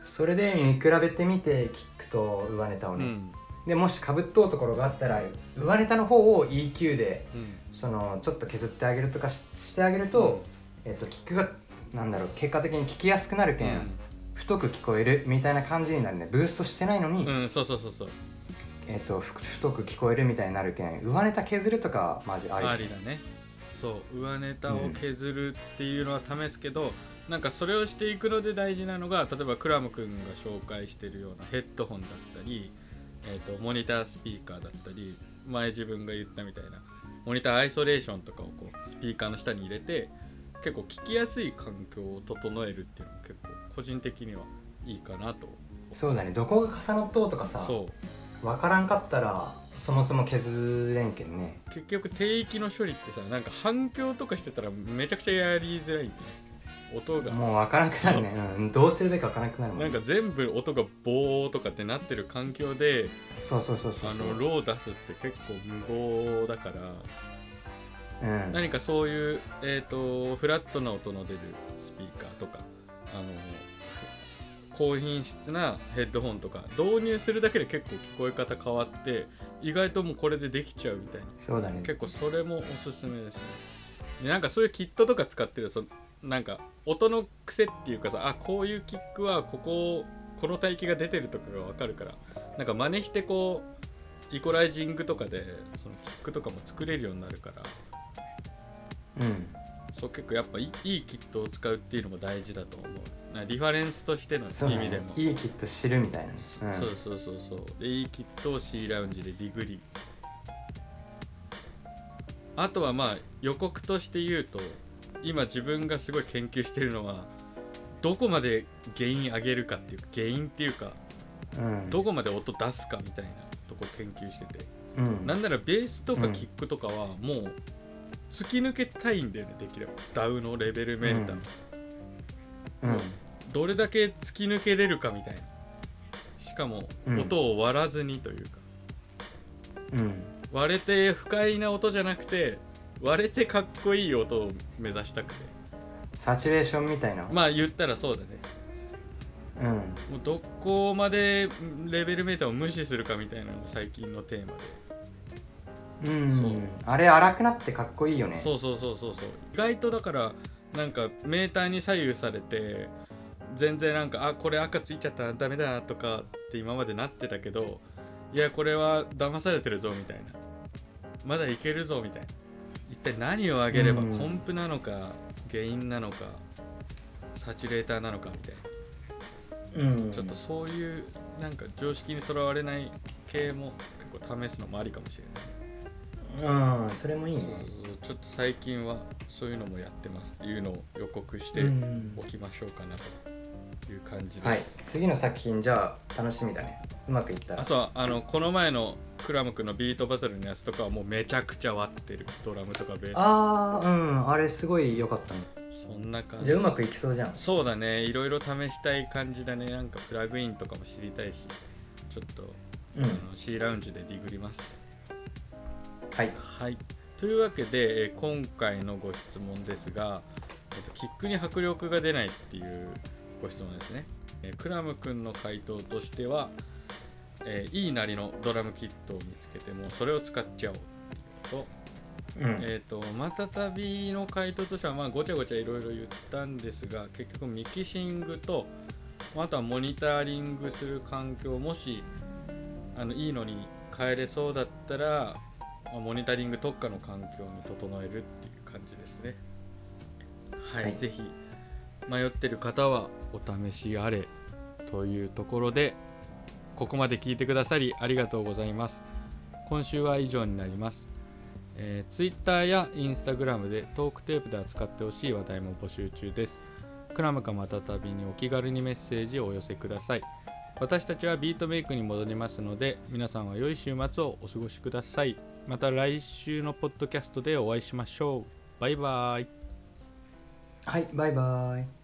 Speaker 2: それで見比べてみてキックと上ネタを
Speaker 1: う
Speaker 2: ね、
Speaker 1: ん
Speaker 2: でもしかぶっとうところがあったら上ネタの方を EQ で
Speaker 1: うん
Speaker 2: そのちょっと削ってあげるとかししてあげると、えっとキックがなんだろう結果的に聞きやすくなる
Speaker 1: う
Speaker 2: けん、
Speaker 1: ん、
Speaker 2: 太く聞こえるみたいな感じになるねブーストしてないのに、
Speaker 1: うん、そうそうそうそう
Speaker 2: えっとふ太く聞こえるみたいになるけん上ネタ削るとかマジあり
Speaker 1: ありだねそう上ネタを削るっていうのは試すけど、なんかそれをしていくので大事なのが例えばクラム君が紹介してるようなヘッドホンだったり、えー、とモニタースピーカーだったり前自分が言ったみたいなモニターアイソレーションとかをこうスピーカーの下に入れて結構聞きやすい環境を整えるっていうのが結構個人的にはいいかなと
Speaker 2: そうだねどこが重なっとうとかさ
Speaker 1: そう
Speaker 2: 分からんかったらそもそも削れんけんね
Speaker 1: 結局定域の処理ってさなんか反響とかしてたらめちゃくちゃやりづらいんだよね音が
Speaker 2: もう分からんくなるね、うん、どうするべきか分からんくなるもん
Speaker 1: なんか全部音がボーとかってなってる環境で
Speaker 2: そうそうそうそう
Speaker 1: あ
Speaker 2: そう
Speaker 1: のロー出すって結構無謀だから
Speaker 2: うん、
Speaker 1: 何かそういう、えー、とフラットな音の出るスピーカーとかあの高品質なヘッドホンとか導入するだけで結構聞こえ方変わって意外ともうこれでできちゃうみたいな
Speaker 2: そうだね
Speaker 1: 結構それもおすすめですねでなんかそういうキットとか使ってるそなんか音の癖っていうかさあこういうキックはこここの帯域が出てるとかが分かるからなんか真似してこうイコライジングとかでそのキックとかも作れるようになるから
Speaker 2: うん
Speaker 1: そう結構やっぱいいいいキットを使うっていうのも大事だと思うなリファレンスとしての
Speaker 2: そうだ
Speaker 1: 意
Speaker 2: ね
Speaker 1: 味でも
Speaker 2: いいキット知るみたいな、うん、
Speaker 1: そそうそうそうそうでいいキットを C ラウンジでディグリーあとはまあ予告として言うと今自分がすごい研究してるのはどこまで原因上げるかっていうか原因っていうか
Speaker 2: うん
Speaker 1: どこまで音出すかみたいなとこ研究してて
Speaker 2: うん、
Speaker 1: なんならベースとか
Speaker 2: うん
Speaker 1: キックとかはもう突き抜けたいんだよねできればダウのレベルメーター、
Speaker 2: うんうん
Speaker 1: どれだけ突き抜けれるかみたいなしかも
Speaker 2: うん
Speaker 1: 音を割らずにというか、
Speaker 2: うん
Speaker 1: 割れて不快な音じゃなくて割れてかっこいい音を目指したくて
Speaker 2: サチュレーションみたいな、
Speaker 1: まあ言ったらそうだね
Speaker 2: うん
Speaker 1: もうどこまでレベルメーターを無視するかみたいなのが最近のテーマで、
Speaker 2: うん
Speaker 1: そう
Speaker 2: あれ荒くなってかっこいいよね
Speaker 1: そうそうそうそうそう意外とだからなんかメーターに左右されて全然なんかあこれ赤ついちゃったダメだとかって今までなってたけどいやこれは騙されてるぞみたいなまだいけるぞみたいな一体何を上げれば
Speaker 2: うん
Speaker 1: コンプなのか原因なのかサチュレーターなのかみたいな
Speaker 2: うん、
Speaker 1: ちょっとそういうなんか常識にとらわれない系も結構試すのもありかもしれない
Speaker 2: うんそれもいいね
Speaker 1: そうそうそうちょっと最近はそういうのもやってますっていうのを予告して
Speaker 2: うん
Speaker 1: おきましょうかなという感じ
Speaker 2: は
Speaker 1: で
Speaker 2: い
Speaker 1: す、
Speaker 2: 次の作品じゃあ楽しみだねうまくいったら
Speaker 1: あそうあのこの前のクラム君のビートバトルのやつとかはもうめちゃくちゃ割ってるドラムとかベー
Speaker 2: あーうんあれすごい良かったね
Speaker 1: スそんな感じ
Speaker 2: じゃあうまくいきそうじゃん
Speaker 1: そうだねいろいろ試したい感じだねなんかプラグインとかも知りたいしちょっと、
Speaker 2: うん
Speaker 1: あの C ラウンジでディグります
Speaker 2: はい
Speaker 1: はい、というわけで、えー今回のご質問ですが、えっと、キックに迫力が出ないっていうご質問ですね、えークラム君の回答としては、えーいいなりのドラムキットを見つけてもそれを使っちゃおうっていうこと
Speaker 2: うん
Speaker 1: えー、とまたたびの回答としては、まあ、ごちゃごちゃいろいろ言ったんですが結局ミキシングとまああとはモニタリングする環境もしあのいいのに変えれそうだったら、まあモニタリング特化の環境に整えるっていう感じですねはい、
Speaker 2: はい
Speaker 1: ぜひ迷ってる方はお試しあれというところでここまで聞いてくださりありがとうございます今週は以上になりますえー、Twitter や Instagram でトークテープで扱ってほしい話題も募集中です。クラムかまたたびにお気軽にメッセージをお寄せください。私たちはビートメイクに戻りますので、皆さんは良い週末をお過ごしください。また来週のポッドキャストでお会いしましょう。バイバイ。
Speaker 2: はいバイバイ